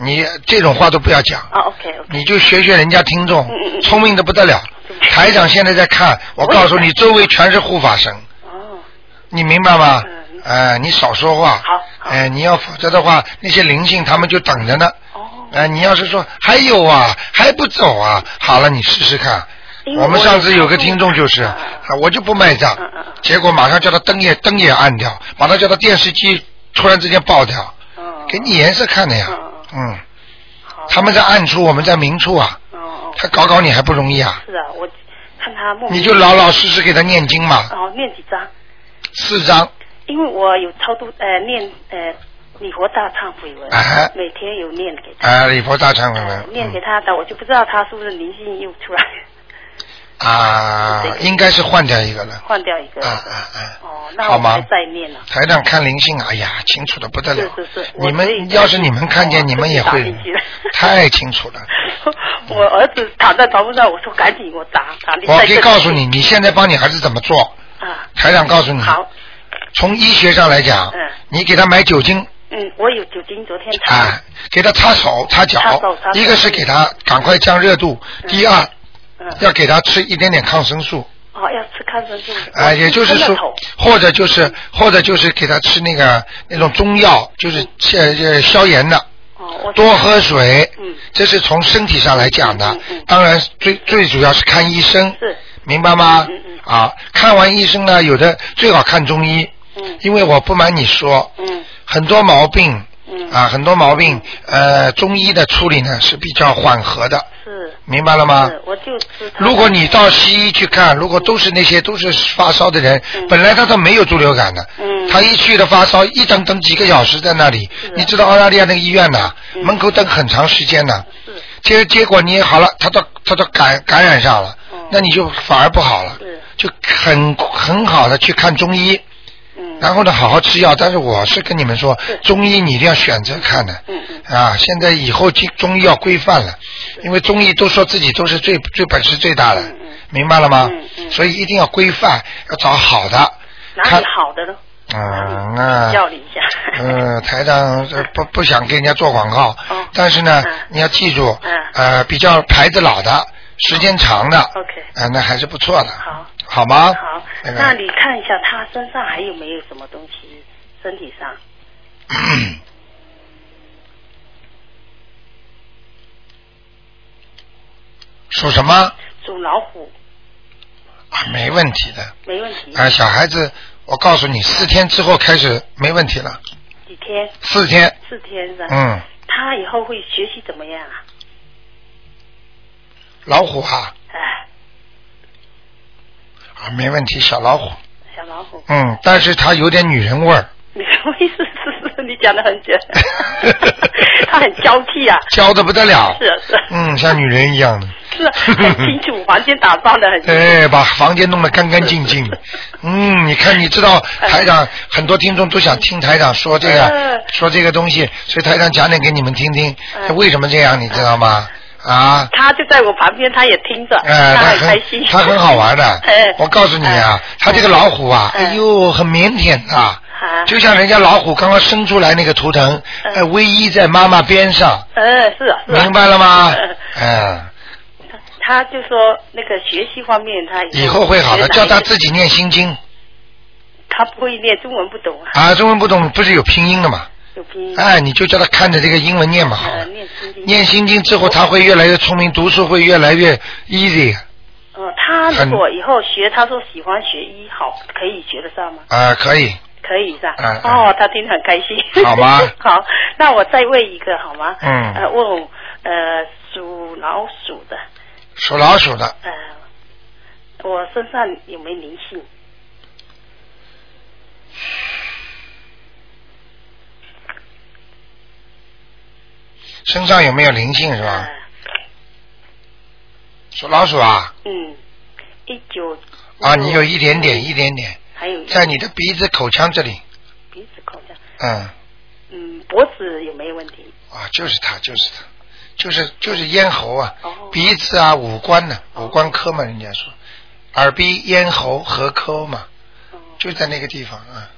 [SPEAKER 1] 你这种话都不要讲，
[SPEAKER 5] 啊，OK OK，
[SPEAKER 1] 你就学学人家听众
[SPEAKER 5] 嗯嗯，嗯嗯
[SPEAKER 1] 聪明的不得了。台长现在在看，我告诉你，周围全是护法神，
[SPEAKER 5] 哦。
[SPEAKER 1] 你明白吗
[SPEAKER 5] 嗯？嗯
[SPEAKER 1] 哎，你少说话。
[SPEAKER 5] 好好
[SPEAKER 1] 哎，你要否则的话，那些灵性他们就等着呢。
[SPEAKER 5] 哦
[SPEAKER 1] 哎，你要是说还有啊，还不走啊，好了，你试试看。
[SPEAKER 5] 因为
[SPEAKER 1] 我们
[SPEAKER 5] 我
[SPEAKER 1] 上
[SPEAKER 5] 有
[SPEAKER 1] 次有
[SPEAKER 5] 看
[SPEAKER 1] 个
[SPEAKER 5] 过
[SPEAKER 1] 听众就是，
[SPEAKER 5] 嗯
[SPEAKER 1] 啊我就不卖账
[SPEAKER 5] 嗯嗯嗯，
[SPEAKER 1] 结果马上叫他灯也灯也暗掉，马上叫他电视机突然之间爆掉，
[SPEAKER 5] 哦
[SPEAKER 1] 给你颜色看的呀
[SPEAKER 5] 嗯。
[SPEAKER 1] 嗯，
[SPEAKER 5] 好
[SPEAKER 1] 他们在暗处，我们在明处啊，
[SPEAKER 5] 哦，哦
[SPEAKER 1] 他搞搞你还不容易啊？
[SPEAKER 5] 是啊，我看他莫名
[SPEAKER 1] 你就老老实实给他念经嘛，
[SPEAKER 5] 哦念几张，
[SPEAKER 1] 四张，
[SPEAKER 5] 因为我有超度呃念呃礼佛大忏悔文，
[SPEAKER 1] 哎
[SPEAKER 5] 每天有念给他，
[SPEAKER 1] 哎，礼佛大忏悔
[SPEAKER 5] 呃
[SPEAKER 1] 文，
[SPEAKER 5] 念给
[SPEAKER 1] 嗯
[SPEAKER 5] 他的，我就不知道他是不是灵性又出来
[SPEAKER 1] 啊
[SPEAKER 5] 是这，个
[SPEAKER 1] 应该是换掉一个了。
[SPEAKER 5] 换掉一个
[SPEAKER 1] 嗯。嗯嗯，
[SPEAKER 5] 哦，那
[SPEAKER 1] 好
[SPEAKER 5] 我
[SPEAKER 1] 吗
[SPEAKER 5] 还再念了。
[SPEAKER 1] 台长看灵性，哎呀，清楚的不得了。
[SPEAKER 5] 是是是
[SPEAKER 1] 你
[SPEAKER 5] 我可以
[SPEAKER 1] 们要是你们看见，
[SPEAKER 5] 哦
[SPEAKER 1] 你们也
[SPEAKER 5] 自己
[SPEAKER 1] 会
[SPEAKER 5] 打进 去了
[SPEAKER 1] 太清楚了。
[SPEAKER 5] 我儿子躺在床上，我说赶紧给我打打你。
[SPEAKER 1] 我可
[SPEAKER 5] 再
[SPEAKER 1] 以
[SPEAKER 5] 再
[SPEAKER 1] 告诉你，嗯你现在帮你儿子怎么做。
[SPEAKER 5] 啊，
[SPEAKER 1] 台长告诉你，
[SPEAKER 5] 好，
[SPEAKER 1] 从医学上来讲
[SPEAKER 5] 嗯，
[SPEAKER 1] 你给他买酒精，
[SPEAKER 5] 嗯，我有酒精，昨天擦
[SPEAKER 1] 啊，给他擦手擦脚
[SPEAKER 5] 擦手擦，脚
[SPEAKER 1] 一个是给他赶快降热度，第二
[SPEAKER 5] 嗯，
[SPEAKER 1] 要给他吃一点点抗生素，
[SPEAKER 5] 哦，要吃抗生素。
[SPEAKER 1] 啊，也就是
[SPEAKER 5] 我吃了
[SPEAKER 1] 说
[SPEAKER 5] 头，
[SPEAKER 1] 或者就是或者就是给他吃那个那种中药，
[SPEAKER 5] 嗯
[SPEAKER 1] 就是消消消炎的，
[SPEAKER 5] 哦，我
[SPEAKER 1] 多喝水，
[SPEAKER 5] 嗯
[SPEAKER 1] 这是从身体上来讲的
[SPEAKER 5] 嗯嗯嗯，
[SPEAKER 1] 当然最最主要是看医生，
[SPEAKER 5] 是
[SPEAKER 1] 明白吗
[SPEAKER 5] 嗯嗯？
[SPEAKER 1] 啊，看完医生呢，有的最好看中医，
[SPEAKER 5] 嗯
[SPEAKER 1] 因为我不瞒你说，
[SPEAKER 5] 嗯
[SPEAKER 1] 很多毛病
[SPEAKER 5] 嗯
[SPEAKER 1] 啊，很多毛病，呃，中医的处理呢是比较缓和的，
[SPEAKER 5] 是
[SPEAKER 1] 明白了吗？
[SPEAKER 5] 是，我就知道。
[SPEAKER 1] 如果你到西医去看，如果都是那些都是发烧的人，
[SPEAKER 5] 嗯
[SPEAKER 1] 本来他都没有猪流感的，
[SPEAKER 5] 嗯
[SPEAKER 1] 他一去了发烧，一等等几个小时在那里
[SPEAKER 5] 是，啊
[SPEAKER 1] 你知道澳大利亚那个医院呐、
[SPEAKER 5] 嗯
[SPEAKER 1] 门口等很长时间呢、
[SPEAKER 5] 是
[SPEAKER 1] 结结果你好了，他都他都感感染上了，
[SPEAKER 5] 嗯
[SPEAKER 1] 那你就反而不好了
[SPEAKER 5] 是，
[SPEAKER 1] 就很很好的去看中医，
[SPEAKER 5] 嗯
[SPEAKER 1] 然后呢好好吃药。但是我是跟你们说
[SPEAKER 5] 是，
[SPEAKER 1] 中医你一定要选择看的，
[SPEAKER 5] 嗯嗯
[SPEAKER 1] 啊，现在以后中中医要规范了，因为中医都说自己都是最最本事最大的，
[SPEAKER 5] 嗯嗯
[SPEAKER 1] 明白了吗？
[SPEAKER 5] 嗯嗯
[SPEAKER 1] 所以一定要规范，要找好的，
[SPEAKER 5] 哪
[SPEAKER 1] 看
[SPEAKER 5] 里，好的呢？
[SPEAKER 1] 嗯，
[SPEAKER 5] 哪里
[SPEAKER 1] 那
[SPEAKER 5] 教。你一下。
[SPEAKER 1] 嗯，台长呃不不想给人家做广告，
[SPEAKER 5] 哦
[SPEAKER 1] 但是呢，
[SPEAKER 5] 嗯
[SPEAKER 1] 你要记住，
[SPEAKER 5] 嗯
[SPEAKER 1] 呃，比较牌子老的，时间长的，
[SPEAKER 5] OK
[SPEAKER 1] 呃，那还是不错的，
[SPEAKER 5] 好，
[SPEAKER 1] 好吗？
[SPEAKER 5] 好，
[SPEAKER 1] 那
[SPEAKER 5] 那
[SPEAKER 1] 个，
[SPEAKER 5] 你看一下他身上还有没有什么东西，身体上。
[SPEAKER 1] 嗯属什么？啊，
[SPEAKER 5] 属老虎，
[SPEAKER 1] 没问题的，
[SPEAKER 5] 没问题。
[SPEAKER 1] 啊，小孩子，我告诉你，四天之后开始没问题了，
[SPEAKER 5] 几天？
[SPEAKER 1] 四天，
[SPEAKER 5] 四天是吧？。
[SPEAKER 1] 嗯，
[SPEAKER 5] 他以后会学习怎么样啊？
[SPEAKER 1] 老虎啊，
[SPEAKER 5] 哎，
[SPEAKER 1] 啊，没问题，小老虎。
[SPEAKER 5] 小老虎，
[SPEAKER 1] 嗯，但是它有点女人味儿，
[SPEAKER 5] 你什么意思？是是，你讲的 很绝，他很挑剔啊，
[SPEAKER 1] 娇的不得了。
[SPEAKER 5] 是啊是啊
[SPEAKER 1] 嗯，像女人一样的，
[SPEAKER 5] 是啊很清楚，房间打扮 的很清楚，
[SPEAKER 1] 哎，把房间弄得干干净净。嗯，你看，你知道台长，很多听众都想听台长说这个
[SPEAKER 5] 嗯，
[SPEAKER 1] 说这个东西，所以台长讲点给你们听听，
[SPEAKER 5] 嗯
[SPEAKER 1] 为什么这样，你知道吗？啊，
[SPEAKER 5] 他就在我旁边，他也听 着，
[SPEAKER 1] 哎，
[SPEAKER 5] 他
[SPEAKER 1] 他
[SPEAKER 5] 很开
[SPEAKER 1] 很
[SPEAKER 5] 心，
[SPEAKER 1] 他很好玩的
[SPEAKER 5] 哎，。
[SPEAKER 1] 我告诉你啊，他这个老虎啊，
[SPEAKER 5] 嗯
[SPEAKER 1] 哎呦，很腼腆的，
[SPEAKER 5] 啊，
[SPEAKER 1] 就像人家老虎刚刚生出来那个图腾，
[SPEAKER 5] 嗯
[SPEAKER 1] 哎，偎依在妈妈边上，
[SPEAKER 5] 嗯，是啊，是啊
[SPEAKER 1] 明白了吗
[SPEAKER 5] 嗯？
[SPEAKER 1] 嗯，
[SPEAKER 5] 他就说哦那个学习方面，他
[SPEAKER 1] 以后会好的，
[SPEAKER 5] 学哪
[SPEAKER 1] 叫
[SPEAKER 5] 一
[SPEAKER 1] 他
[SPEAKER 5] 个
[SPEAKER 1] 自己念心经
[SPEAKER 5] 他不会念中文，不懂啊，
[SPEAKER 1] 啊，中文不懂不是有拼音的嘛？
[SPEAKER 5] 有拼音，
[SPEAKER 1] 哎，你就叫他看着这个英文念嘛好
[SPEAKER 5] 呃，
[SPEAKER 1] 了。
[SPEAKER 5] 念心经，
[SPEAKER 1] 念心经之后，他会越来越聪明，读书会越来越 easy
[SPEAKER 5] 呃，他如果以后学，他说喜欢学医，好，可以学得上吗？
[SPEAKER 1] 啊，可以。
[SPEAKER 5] 可以是吧？
[SPEAKER 1] 嗯嗯
[SPEAKER 5] 哦，他听得很开心。
[SPEAKER 1] 好吗
[SPEAKER 5] 好，那我再问一个好吗？
[SPEAKER 1] 嗯
[SPEAKER 5] 呃，问我呃属老鼠的，
[SPEAKER 1] 属老鼠的，
[SPEAKER 5] 呃，我身上有没有灵性？
[SPEAKER 1] 身上有没有灵性是吧？
[SPEAKER 5] 呃
[SPEAKER 1] 属老鼠啊，
[SPEAKER 5] 嗯，一九
[SPEAKER 1] 啊，你有一点
[SPEAKER 5] 嗯
[SPEAKER 1] 点，一点点，
[SPEAKER 5] 还有
[SPEAKER 1] 在你的鼻子、口腔这里，
[SPEAKER 5] 鼻子口腔，
[SPEAKER 1] 嗯，
[SPEAKER 5] 嗯，脖子有没有问题？
[SPEAKER 1] 啊，就是他，就是他，就是就是咽喉啊，
[SPEAKER 5] 哦，
[SPEAKER 1] 鼻子啊，五官呢、五官科嘛，人家说，耳鼻咽喉合科嘛，
[SPEAKER 5] 哦
[SPEAKER 1] 就在那个地方啊。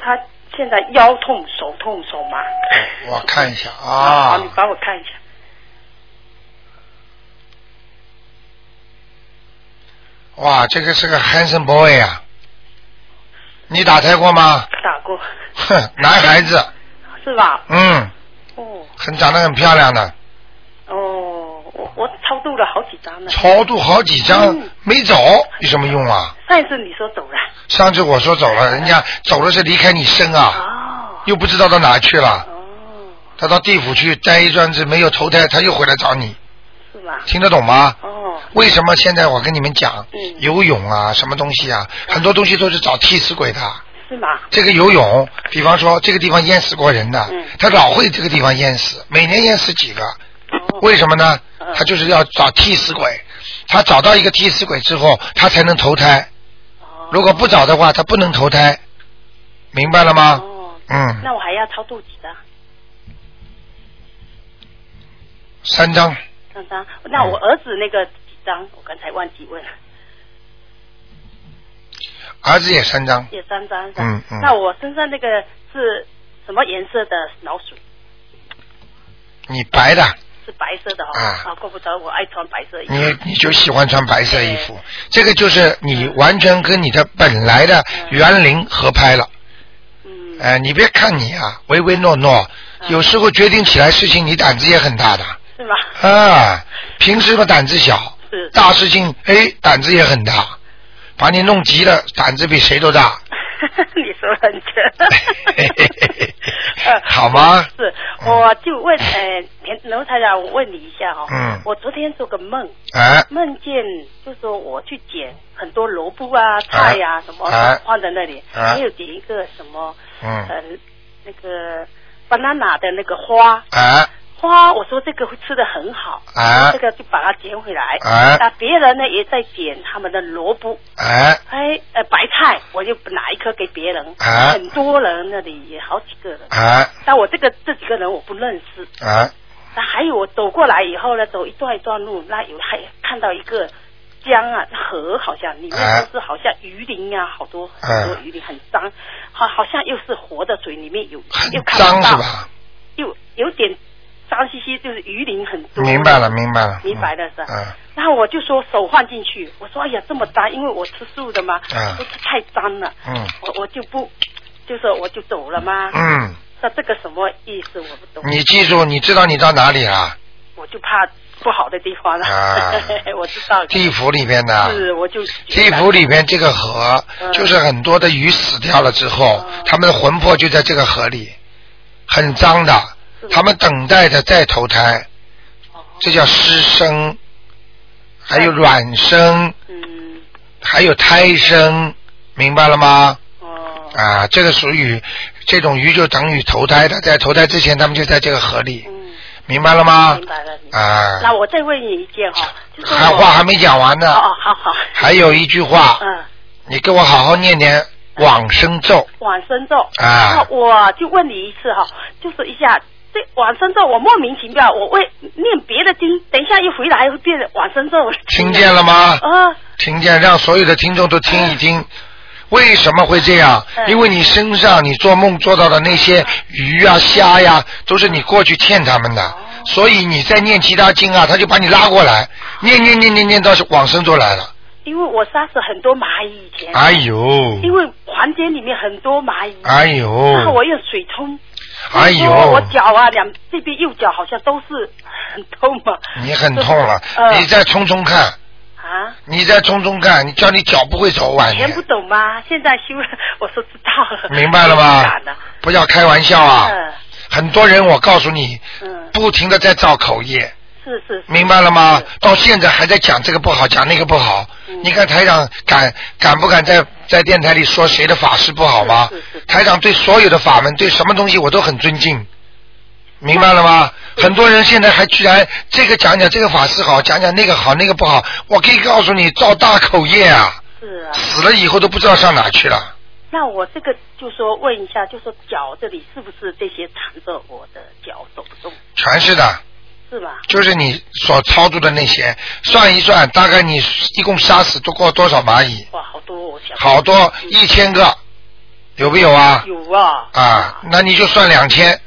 [SPEAKER 5] 他现在腰痛、手痛、手麻。
[SPEAKER 1] 哦我看一下
[SPEAKER 5] 好，
[SPEAKER 1] 啊
[SPEAKER 5] 你，帮我看一下。
[SPEAKER 1] 哇，这个是个 handsome boy 啊，你打胎过吗？
[SPEAKER 5] 打过，
[SPEAKER 1] 哼，男孩子，
[SPEAKER 5] 是吧？
[SPEAKER 1] 嗯，
[SPEAKER 5] 哦
[SPEAKER 1] 很长得很漂亮的，
[SPEAKER 5] 哦，我我超度了好几张了。
[SPEAKER 1] 超度好几张
[SPEAKER 5] 嗯
[SPEAKER 1] 没走，有什么用啊？
[SPEAKER 5] 上一次你说走了。
[SPEAKER 1] 上次我说走了，人家走了是离开你身啊，
[SPEAKER 5] 哦
[SPEAKER 1] 又不知道到哪去了。
[SPEAKER 5] 哦，
[SPEAKER 1] 他到地府去待一阵子没有投胎，他又回来找你，
[SPEAKER 5] 是吧？
[SPEAKER 1] 听得懂吗？
[SPEAKER 5] 哦
[SPEAKER 1] 为什么现在我跟你们讲，
[SPEAKER 5] 嗯
[SPEAKER 1] 游泳啊，什么东西啊，很多东西都是找替死鬼的。
[SPEAKER 5] 是吗？
[SPEAKER 1] 这个游泳，比方说这个地方淹死过人的，
[SPEAKER 5] 嗯
[SPEAKER 1] 他老会这个地方淹死，每年淹死几个，
[SPEAKER 5] 哦
[SPEAKER 1] 为什么呢
[SPEAKER 5] 嗯？
[SPEAKER 1] 他就是要找替死鬼，他找到一个替死鬼之后，他才能投胎。
[SPEAKER 5] 哦
[SPEAKER 1] 如果不找的话，他不能投胎，明白了吗？
[SPEAKER 5] 哦，
[SPEAKER 1] 嗯，
[SPEAKER 5] 那我还要超度几张？
[SPEAKER 1] 三张嗯
[SPEAKER 5] 三张。那我儿子那个几张？我刚才忘记问了，
[SPEAKER 1] 儿子也三张，
[SPEAKER 5] 也三张是吧？
[SPEAKER 1] 嗯嗯
[SPEAKER 5] 那我身上那个是什么颜色的老鼠？
[SPEAKER 1] 你白的，
[SPEAKER 5] 是白色的哈、
[SPEAKER 1] 啊
[SPEAKER 5] 啊，怪不得我爱穿白色衣服。
[SPEAKER 1] 嗯你你就喜欢穿白色衣服，这个就是你完全跟你的本来的园林合拍了。
[SPEAKER 5] 嗯，
[SPEAKER 1] 哎、你别看你啊，唯唯诺诺，有时候决定起来事情你胆子也很大的
[SPEAKER 5] 是吗？
[SPEAKER 1] 啊，平时嘛胆子小，
[SPEAKER 5] 是
[SPEAKER 1] 大事情哎胆子也很大，把你弄急了，胆子比谁都大。。
[SPEAKER 5] 你说得很准 呃
[SPEAKER 1] 好吗
[SPEAKER 5] 是，
[SPEAKER 1] 嗯
[SPEAKER 5] 我就问，呃，刘台长，我问你一下哈、哦。
[SPEAKER 1] 嗯
[SPEAKER 5] 我昨天做个梦，
[SPEAKER 1] 哎、
[SPEAKER 5] 梦见就说我去捡很多萝卜啊、菜呀、什么
[SPEAKER 1] 啊
[SPEAKER 5] 放在那里，
[SPEAKER 1] 啊
[SPEAKER 5] 还有捡一个什么，
[SPEAKER 1] 嗯
[SPEAKER 5] 呃，那个 banana 的那个花。
[SPEAKER 1] 哎
[SPEAKER 5] 花，我说这个会吃的很好，
[SPEAKER 1] 啊
[SPEAKER 5] 这个就把它捡回来。
[SPEAKER 1] 啊
[SPEAKER 5] 那别人呢也在捡他们的萝卜，
[SPEAKER 1] 哎
[SPEAKER 5] 哎，呃，白菜，我就拿一颗给别人，
[SPEAKER 1] 啊
[SPEAKER 5] 很多人那里也好几个人，
[SPEAKER 1] 哎
[SPEAKER 5] 但我这个这几个人我不认识。
[SPEAKER 1] 哎，
[SPEAKER 5] 那还有我走过来以后呢，走一段一段路，那有还看到一个江啊河，好像里面
[SPEAKER 1] 啊
[SPEAKER 5] 都是好像鱼鳞啊，好多
[SPEAKER 1] 啊
[SPEAKER 5] 很多鱼鳞很脏，好好像又是活的水里面有
[SPEAKER 1] 很
[SPEAKER 5] 又看
[SPEAKER 1] 脏
[SPEAKER 5] 不
[SPEAKER 1] 是
[SPEAKER 5] 到，
[SPEAKER 1] 吧？
[SPEAKER 5] 又有点脏兮兮，就是鱼鳞很多。
[SPEAKER 1] 明白了，明白了，
[SPEAKER 5] 明白了是吧
[SPEAKER 1] 嗯，
[SPEAKER 5] 然后我就说手换进去，我说哎呀这么脏，因为我吃素的嘛，
[SPEAKER 1] 啊
[SPEAKER 5] 我说太脏了，
[SPEAKER 1] 嗯
[SPEAKER 5] 我我就不，就是我就走了嘛。
[SPEAKER 1] 嗯，
[SPEAKER 5] 那这个什么意思我不懂，
[SPEAKER 1] 你记住，你知道你到哪里啊了？
[SPEAKER 5] 我就怕不好的地方了。
[SPEAKER 1] 啊
[SPEAKER 5] 我知道。
[SPEAKER 1] 地府里边的。啊
[SPEAKER 5] 是，我就
[SPEAKER 1] 地府里面这个河，
[SPEAKER 5] 嗯
[SPEAKER 1] 就是很多的鱼死掉了之后
[SPEAKER 5] 哦，
[SPEAKER 1] 他们的魂魄就在这个河里，很脏的
[SPEAKER 5] 是，的
[SPEAKER 1] 他们等待着再投胎，这叫尸生，还有卵生，
[SPEAKER 5] 嗯，
[SPEAKER 1] 还有胎生，明白了吗？
[SPEAKER 5] 哦，
[SPEAKER 1] 啊，这个属于这种鱼就等于投胎的，在投胎之前他们就在这个河里，
[SPEAKER 5] 嗯，
[SPEAKER 1] 明白了吗
[SPEAKER 5] 明？白了。明白
[SPEAKER 1] 啊，
[SPEAKER 5] 那我再问你一件哈，就是我
[SPEAKER 1] 还话还没讲完呢，
[SPEAKER 5] 哦，好好，
[SPEAKER 1] 还有一句话，
[SPEAKER 5] 嗯，
[SPEAKER 1] 你给我好好念念往生咒
[SPEAKER 5] 往生咒。
[SPEAKER 1] 啊
[SPEAKER 5] 那，我就问你一次哈，就是一下这往生咒，我莫名其妙，我为念别的经，等一下一回来会变成往生咒。
[SPEAKER 1] 听见了吗？
[SPEAKER 5] 啊，
[SPEAKER 1] 听见，让所有的听众都听一听。为什么会这样？
[SPEAKER 5] 嗯
[SPEAKER 1] 因为你身上你做梦做到的那些鱼啊、虾呀、都是你过去欠他们
[SPEAKER 5] 哦
[SPEAKER 1] 的，所以你在念其他经啊，他就把你拉过来，念念念念念到往生咒来了。
[SPEAKER 5] 因为我杀死很多蚂蚁以前，
[SPEAKER 1] 哎呦，
[SPEAKER 5] 嗯因为房间里面很多蚂蚁，
[SPEAKER 1] 哎
[SPEAKER 5] 然后我
[SPEAKER 1] 呦，
[SPEAKER 5] 用水冲，
[SPEAKER 1] 哎
[SPEAKER 5] 说我
[SPEAKER 1] 呦，
[SPEAKER 5] 脚啊两这边右脚好像都是很痛啊嘛。
[SPEAKER 1] 你很痛了，
[SPEAKER 5] 呃
[SPEAKER 1] 你再冲冲看，
[SPEAKER 5] 啊，
[SPEAKER 1] 你再冲冲看，你叫你脚不会走晚
[SPEAKER 5] 以前不
[SPEAKER 1] 年，
[SPEAKER 5] 懂吗？现在修了，我说知道了。
[SPEAKER 1] 明白了吧
[SPEAKER 5] 不敢了
[SPEAKER 1] 不要开玩笑啊！
[SPEAKER 5] 嗯
[SPEAKER 1] 很多人我告诉你，
[SPEAKER 5] 嗯，
[SPEAKER 1] 不停的在造口业。
[SPEAKER 5] 是是是。
[SPEAKER 1] 明白了吗？
[SPEAKER 5] 嗯
[SPEAKER 1] 到现在还在讲这个不好，讲那个不好。你看台长敢敢不敢在在电台里说谁的法师不好吗
[SPEAKER 5] 是是是？
[SPEAKER 1] 台长对所有的法门，对什么东西我都很尊敬，明白了吗？
[SPEAKER 5] 嗯
[SPEAKER 1] 很多人现在还居然这个讲讲这个法师好，讲讲那个好，那个不好。我可以告诉你，造大口业啊，
[SPEAKER 5] 是啊。
[SPEAKER 1] 死了以后都不知道上哪去了。
[SPEAKER 5] 那我这个就说问一下，就说脚这里是不是这些缠着我的脚抖动，
[SPEAKER 1] 全是的，
[SPEAKER 5] 是吧？
[SPEAKER 1] 就是你所操作的那些，算一算，大概你一共杀死多过多少蚂蚁？
[SPEAKER 5] 哇，好多哦我想。
[SPEAKER 1] 好多一千个，有没有啊？
[SPEAKER 5] 有啊。
[SPEAKER 1] 啊，那你就算两千，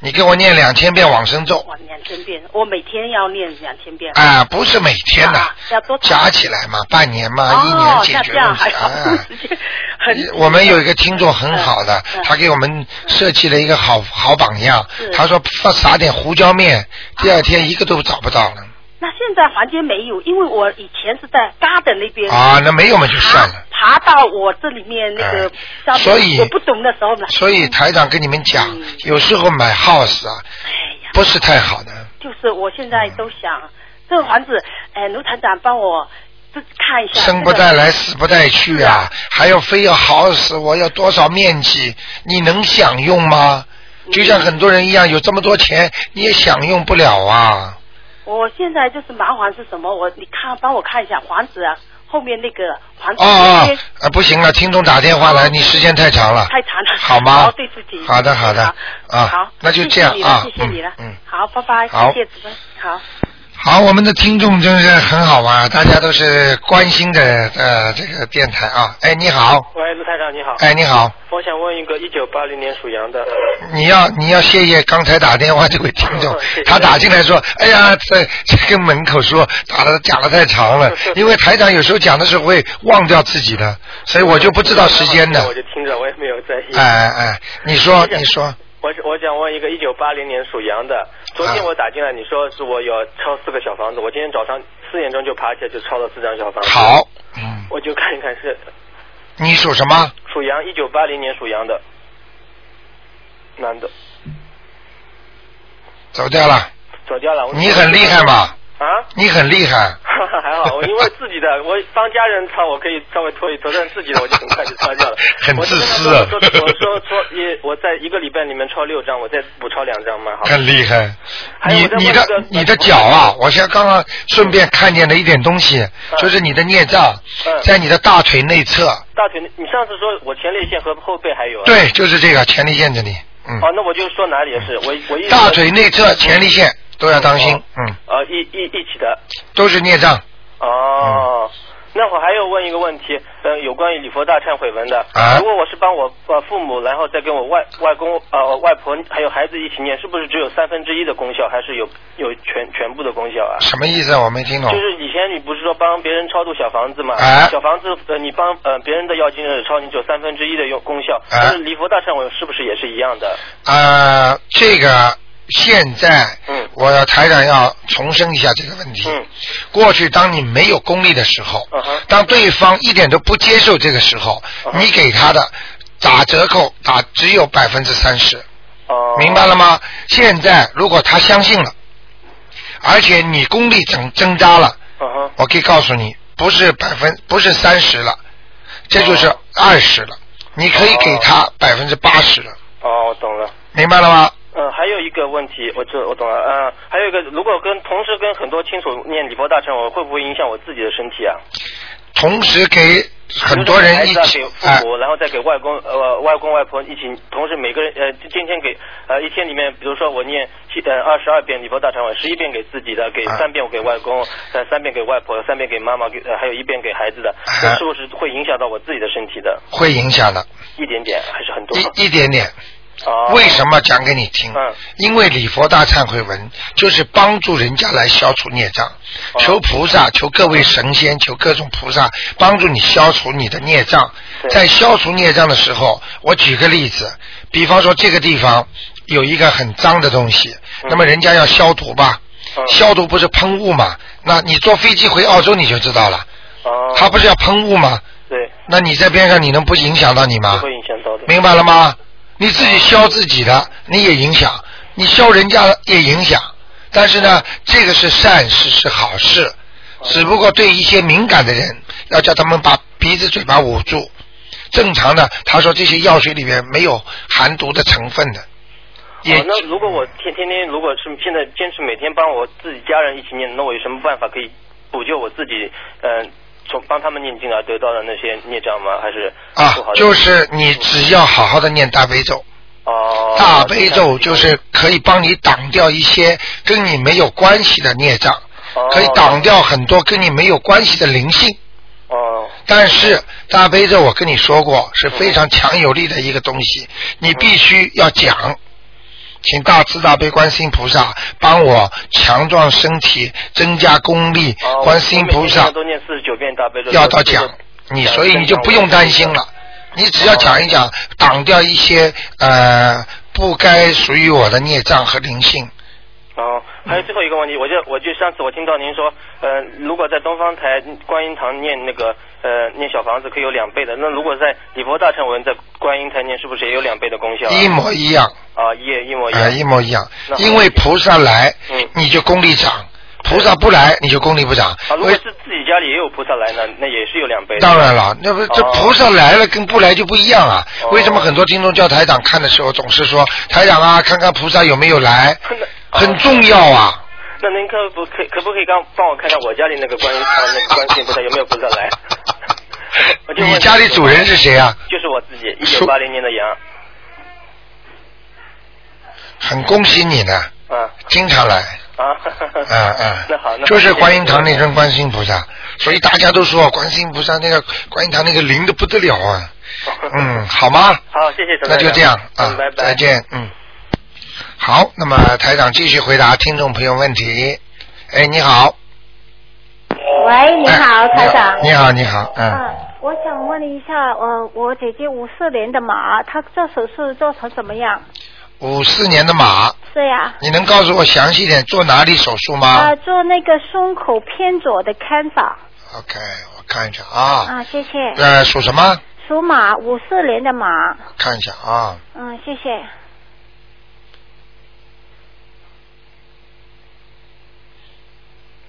[SPEAKER 1] 你给我念两千遍往生咒，
[SPEAKER 5] 哇，两千遍，我每天要念两千遍。
[SPEAKER 1] 啊，不是每天的
[SPEAKER 5] 啊，要多长
[SPEAKER 1] 加起来嘛，半年嘛，一
[SPEAKER 5] 哦
[SPEAKER 1] 年，解
[SPEAKER 5] 那
[SPEAKER 1] 决
[SPEAKER 5] 这
[SPEAKER 1] 问
[SPEAKER 5] 样
[SPEAKER 1] 题
[SPEAKER 5] 还好
[SPEAKER 1] 啊。，
[SPEAKER 5] 时间 很。
[SPEAKER 1] 我们有一个听众很好的
[SPEAKER 5] 嗯，嗯
[SPEAKER 1] 他给我们设计了一个好好榜样
[SPEAKER 5] 是。
[SPEAKER 1] 他说撒撒点胡椒面，第二天一个都找不到了。
[SPEAKER 5] 那现在房间没有，因为我以前是在嘎的那边。
[SPEAKER 1] 啊，那没有嘛就算了。
[SPEAKER 5] 爬爬到我这里面那个
[SPEAKER 1] 哎
[SPEAKER 5] 上面，
[SPEAKER 1] 所以
[SPEAKER 5] 我不懂的时候哎呢，
[SPEAKER 1] 所以台长跟你们讲，
[SPEAKER 5] 嗯
[SPEAKER 1] 有时候买 house 啊，
[SPEAKER 5] 哎呀，
[SPEAKER 1] 不是太好的。
[SPEAKER 5] 就是我现在
[SPEAKER 1] 嗯
[SPEAKER 5] 都想，这个房子，哎，卢团长帮我这看一下，
[SPEAKER 1] 生不
[SPEAKER 5] 这个
[SPEAKER 1] 带来，死不带去
[SPEAKER 5] 是
[SPEAKER 1] 啊
[SPEAKER 5] 啊！
[SPEAKER 1] 还要非要好死，我要多少面积？你能享用吗？
[SPEAKER 5] 嗯
[SPEAKER 1] 就像很多人一样，有这么多钱，你也享用不了啊！
[SPEAKER 5] 我现在就是麻烦是什么？我你看，帮我看一下房子啊，后面那个房子
[SPEAKER 1] 哦哦
[SPEAKER 5] 中间，
[SPEAKER 1] 啊，不行了，听众打电话来，你时间太长了，
[SPEAKER 5] 嗯太长了，
[SPEAKER 1] 好吗
[SPEAKER 5] 好对自己。
[SPEAKER 1] 好的好的啊
[SPEAKER 5] 好，
[SPEAKER 1] 那就这样
[SPEAKER 5] 谢谢你了
[SPEAKER 1] 啊
[SPEAKER 5] 谢谢你了，
[SPEAKER 1] 嗯嗯
[SPEAKER 5] 好，拜拜，
[SPEAKER 1] 好
[SPEAKER 5] 谢谢主持人，好。
[SPEAKER 1] 好，我们的听众真是很好啊，大家都是关心的呃这个电台啊。哎，你好，
[SPEAKER 6] 喂，卢台长你好，
[SPEAKER 1] 哎，你好，
[SPEAKER 6] 我想问一个一九八零年属羊的，
[SPEAKER 1] 你要你要谢谢刚才打电话这位听众
[SPEAKER 6] 哦谢谢，
[SPEAKER 1] 他打进来说，哎呀，在这个门口说打的讲的太长了，因为台长有时候讲的时候会忘掉自己的，所以我就不知道时间的
[SPEAKER 6] 我。就听着，我也没有在意。
[SPEAKER 1] 哎哎，哎，你说你说，
[SPEAKER 6] 我是我想问一个一九八零年属羊的，昨
[SPEAKER 1] 啊
[SPEAKER 6] 天我打进来，你说是我有抄四个小房子，我今天早上四点钟就爬起来就抄了四张小房子。，
[SPEAKER 1] 好，嗯，
[SPEAKER 6] 我就看一看是
[SPEAKER 1] 你属什么？
[SPEAKER 6] 属羊，一九八零年属羊的，男的
[SPEAKER 1] 走掉了，
[SPEAKER 6] 走掉了。我
[SPEAKER 1] 你很厉害嘛，
[SPEAKER 6] 啊？
[SPEAKER 1] 你很厉害。。
[SPEAKER 6] 还好，我因为自己的，我帮家人抄，我可以稍微拖一拖，但是自己的我就很快就抄掉了
[SPEAKER 1] 很
[SPEAKER 6] 我就
[SPEAKER 1] 自
[SPEAKER 6] 跟
[SPEAKER 1] 私
[SPEAKER 6] 他
[SPEAKER 1] 啊
[SPEAKER 6] 说我说我说说也，我在一个礼拜里面抄六张，我再补抄两张嘛，好吧。
[SPEAKER 1] 很厉害。
[SPEAKER 6] 还有
[SPEAKER 1] 你你
[SPEAKER 6] 我再问一
[SPEAKER 1] 的
[SPEAKER 6] 个
[SPEAKER 1] 你的脚啊，我现在刚刚顺便看见了一点东西，就是你的孽障
[SPEAKER 6] 嗯
[SPEAKER 1] 在你的大腿内侧，
[SPEAKER 6] 大腿，你上次说我前列腺和后背还有啊？。
[SPEAKER 1] 对，就是这个前列腺这里，嗯，
[SPEAKER 6] 哦，那我就说哪里也是，我我一直
[SPEAKER 1] 大腿内侧、前列腺都要当心
[SPEAKER 6] 哦，啊
[SPEAKER 1] 嗯，
[SPEAKER 6] 呃一一一起的。
[SPEAKER 1] 都是孽障
[SPEAKER 6] 哦。那我还要问一个问题，呃，有关于礼佛大忏悔文的。
[SPEAKER 1] 啊
[SPEAKER 6] 如果我是帮我呃父母，然后再跟我外外公呃外婆还有孩子一起念，是不是只有三分之一的功效，还是有有全全部的功效啊？
[SPEAKER 1] 什么意思啊？我没听懂
[SPEAKER 6] 就。是以前你不是说帮别人超度小房子嘛？
[SPEAKER 1] 哎
[SPEAKER 6] 小房子呃，你帮呃别人的要经者超，你只有三分之一的用功效。
[SPEAKER 1] 哎
[SPEAKER 6] 但是礼佛大忏悔是不是也是一样的？
[SPEAKER 1] 呃，这个现在
[SPEAKER 6] 嗯，
[SPEAKER 1] 我台长要重申一下这个问题。
[SPEAKER 6] 嗯
[SPEAKER 1] 过去当你没有功力的时候
[SPEAKER 6] 嗯哼，
[SPEAKER 1] 当对方一点都不接受这个时候，
[SPEAKER 6] 嗯哼
[SPEAKER 1] 你给他的打折扣打只有百分之三十，
[SPEAKER 6] 哦、
[SPEAKER 1] 明白了吗？现在如果他相信了，而且你功力增增加了，
[SPEAKER 6] 嗯哼，
[SPEAKER 1] 我可以告诉你，不是百分，不是三十了，这就是
[SPEAKER 6] 哦
[SPEAKER 1] 二十了。你可以给他百分之八十了，
[SPEAKER 6] 哦，我懂了。
[SPEAKER 1] 明白了吗？
[SPEAKER 6] 嗯，还有一个问题，我这我懂了。嗯，还有一个，如果跟同时跟很多亲属念礼佛大忏，我会不会影响我自己的身体啊？
[SPEAKER 1] 同时给很多人一
[SPEAKER 6] 就是给孩子
[SPEAKER 1] 起
[SPEAKER 6] 啊给
[SPEAKER 1] 哎
[SPEAKER 6] 父母，然后再给外公呃外公外婆一起，同时每个人呃今天给呃一天里面，比如说我念七呃二十二遍礼佛大忏悔，十一遍给自己的，给
[SPEAKER 1] 啊
[SPEAKER 6] 三遍我给外公，呃三遍给外婆，三遍给妈妈，给呃还有一遍给孩子的，这
[SPEAKER 1] 啊
[SPEAKER 6] 是不是会影响到我自己的身体的？
[SPEAKER 1] 哎会影响的，
[SPEAKER 6] 一点点还是很多？
[SPEAKER 1] 一一点点。
[SPEAKER 6] 啊，
[SPEAKER 1] 为什么讲给你听？
[SPEAKER 6] 嗯
[SPEAKER 1] 因为礼佛大忏悔文就是帮助人家来消除孽障，
[SPEAKER 6] 哦
[SPEAKER 1] 求菩萨、求各位神仙、求各种菩萨帮助你消除你的孽障。
[SPEAKER 6] 对
[SPEAKER 1] 在消除孽障的时候，我举个例子，比方说这个地方有一个很脏的东西，
[SPEAKER 6] 嗯
[SPEAKER 1] 那么人家要消毒吧？
[SPEAKER 6] 嗯
[SPEAKER 1] 消毒不是喷雾嘛？那你坐飞机回澳洲你就知道了，
[SPEAKER 6] 啊，
[SPEAKER 1] 它不是要喷雾吗？
[SPEAKER 6] 对，
[SPEAKER 1] 那你在边上你能不影响到你吗？
[SPEAKER 6] 不会影响到的。
[SPEAKER 1] 明白了吗？你自己消自己的，你也影响；你消人家的也影响。但是呢，这个是善事，是好事。只不过对一些敏感的人，要叫他们把鼻子、嘴巴捂住。正常的，他说这些药水里面没有含毒的成分的。也、
[SPEAKER 6] 哦，那如果我天天天如果是现在坚持每天帮我自己家人一起念，那我有什么办法可以补救我自己？嗯、从帮他们念经而啊得到的那些孽障吗？还是
[SPEAKER 1] 啊
[SPEAKER 6] 不好，的
[SPEAKER 1] 就是你只要好好的念大悲咒，
[SPEAKER 6] 哦，
[SPEAKER 1] 大悲咒就是可以帮你挡掉一些跟你没有关系的孽障，
[SPEAKER 6] 哦
[SPEAKER 1] 可以挡掉很多跟你没有关系的灵性。
[SPEAKER 6] 哦
[SPEAKER 1] 但是大悲咒我跟你说过是非常强有力的一个东西，你必须要讲，请大慈大悲观世音菩萨帮我强壮身体，增加功力
[SPEAKER 6] 哦，。
[SPEAKER 1] 观世音菩
[SPEAKER 6] 我每天
[SPEAKER 1] 萨
[SPEAKER 6] 都念四十九遍大悲咒，
[SPEAKER 1] 要到
[SPEAKER 6] 这个
[SPEAKER 1] 讲，你所以你就不用担心了，你只要讲一讲，挡掉一些呃不该属于我的孽障和灵性。
[SPEAKER 6] 哦，还有最后一个问题，我就我就上次我听到您说，呃，如果在东方台观音堂念那个呃念小房子可以有两倍的，那如果在礼佛大乘文在观音台念，是不是也有两倍的功效啊、
[SPEAKER 1] 一模一样，
[SPEAKER 6] 啊，一一模一
[SPEAKER 1] 啊，
[SPEAKER 6] 样。
[SPEAKER 1] 一模一样
[SPEAKER 6] 那。好
[SPEAKER 1] 因为菩萨来
[SPEAKER 6] 嗯，
[SPEAKER 1] 你就功力涨；菩萨不来，你就功力不涨
[SPEAKER 6] 啊，。如果
[SPEAKER 1] 为
[SPEAKER 6] 是自己家里也有菩萨来呢，那也是有两倍的。
[SPEAKER 1] 当然了，那不这
[SPEAKER 6] 哦
[SPEAKER 1] 菩萨来了跟不来就不一样啊。
[SPEAKER 6] 哦
[SPEAKER 1] 为什么很多听众叫台长看的时候总是说台长啊，看看菩萨有没有来，
[SPEAKER 6] 那
[SPEAKER 1] 很重要啊。？
[SPEAKER 6] 那您可不可可不可以刚帮我看看我家里那个观音堂那个观世音菩萨有没有菩萨来哦我就问
[SPEAKER 1] 你家里主人是谁啊？
[SPEAKER 6] 就是我自己，一
[SPEAKER 1] 属
[SPEAKER 6] 九八零年的羊。
[SPEAKER 1] 很恭喜你呢，
[SPEAKER 6] 啊
[SPEAKER 1] 经常来。
[SPEAKER 6] 啊！
[SPEAKER 1] 啊啊
[SPEAKER 6] 那好，那好
[SPEAKER 1] 就是观音堂
[SPEAKER 6] 谢
[SPEAKER 1] 那
[SPEAKER 6] 谢
[SPEAKER 1] 尊观世音菩萨，所以大家都说观世音菩萨那个观音堂那个灵的不得了啊。嗯，好吗？
[SPEAKER 6] 好，谢谢陈
[SPEAKER 1] 那
[SPEAKER 6] 台长
[SPEAKER 1] 就这样啊
[SPEAKER 6] 嗯，拜拜，
[SPEAKER 1] 再。见，嗯。好，那么台长继续回答听众朋友问题。哎，你好。
[SPEAKER 7] 喂，你好，台长
[SPEAKER 1] 哎。你好，你好，嗯，
[SPEAKER 7] 啊，我想问一下，我我姐姐五四年的马，她做手术做成什么样？
[SPEAKER 1] 五四年的马，
[SPEAKER 7] 是呀、
[SPEAKER 1] 你能告诉我详细一点做哪里手术
[SPEAKER 7] 啊，
[SPEAKER 1] 吗
[SPEAKER 7] 做那个胸口偏左的 cancer
[SPEAKER 1] ？OK，我看一下啊，
[SPEAKER 7] 啊，谢谢。
[SPEAKER 1] 呃，属什么？
[SPEAKER 7] 属马，五四年的马，
[SPEAKER 1] 看一下啊，
[SPEAKER 7] 嗯，谢谢。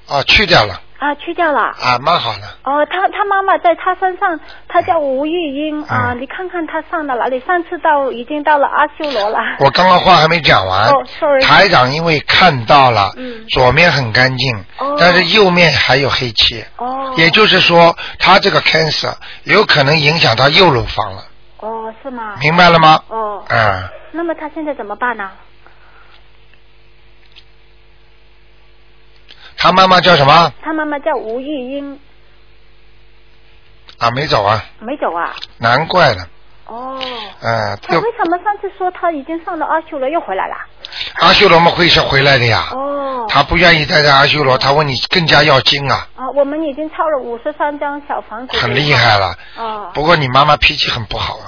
[SPEAKER 1] 啊，去掉了，
[SPEAKER 7] 啊，去掉了。
[SPEAKER 1] 啊，蛮好的，
[SPEAKER 7] 哦，她她妈妈在她身上，她叫吴玉英啊，
[SPEAKER 1] 嗯
[SPEAKER 7] 你看看她上到哪里？上次到已经到了阿修罗了。
[SPEAKER 1] 我刚刚话还没讲完
[SPEAKER 7] 哦，sorry，
[SPEAKER 1] 台长因为看到了，
[SPEAKER 7] 嗯
[SPEAKER 1] 左面很干净，
[SPEAKER 7] 哦
[SPEAKER 1] 但是右面还有黑气，
[SPEAKER 7] 哦，
[SPEAKER 1] 也就是说，他这个 cancer 有可能影响到右乳房了，
[SPEAKER 7] 哦是吗？
[SPEAKER 1] 明白了吗？
[SPEAKER 7] 哦，
[SPEAKER 1] 啊、
[SPEAKER 7] 那么她现在怎么办呢？
[SPEAKER 1] 他妈妈叫什么？
[SPEAKER 7] 她妈妈叫吴玉英，
[SPEAKER 1] 啊，没走啊，
[SPEAKER 7] 没走啊？
[SPEAKER 1] 难怪了，
[SPEAKER 7] 哦，
[SPEAKER 1] 啊，
[SPEAKER 7] 他
[SPEAKER 1] 又
[SPEAKER 7] 为什么上次说他已经上了阿修罗又回来了？
[SPEAKER 1] 阿修罗嘛会是回来的呀，
[SPEAKER 7] 哦，
[SPEAKER 1] 他不愿意待在阿修罗，他问你更加要精啊，
[SPEAKER 7] 啊，我们已经抄了五十三张小房子，
[SPEAKER 1] 很厉害了。
[SPEAKER 7] 哦
[SPEAKER 1] 不过你妈妈脾气很不好啊，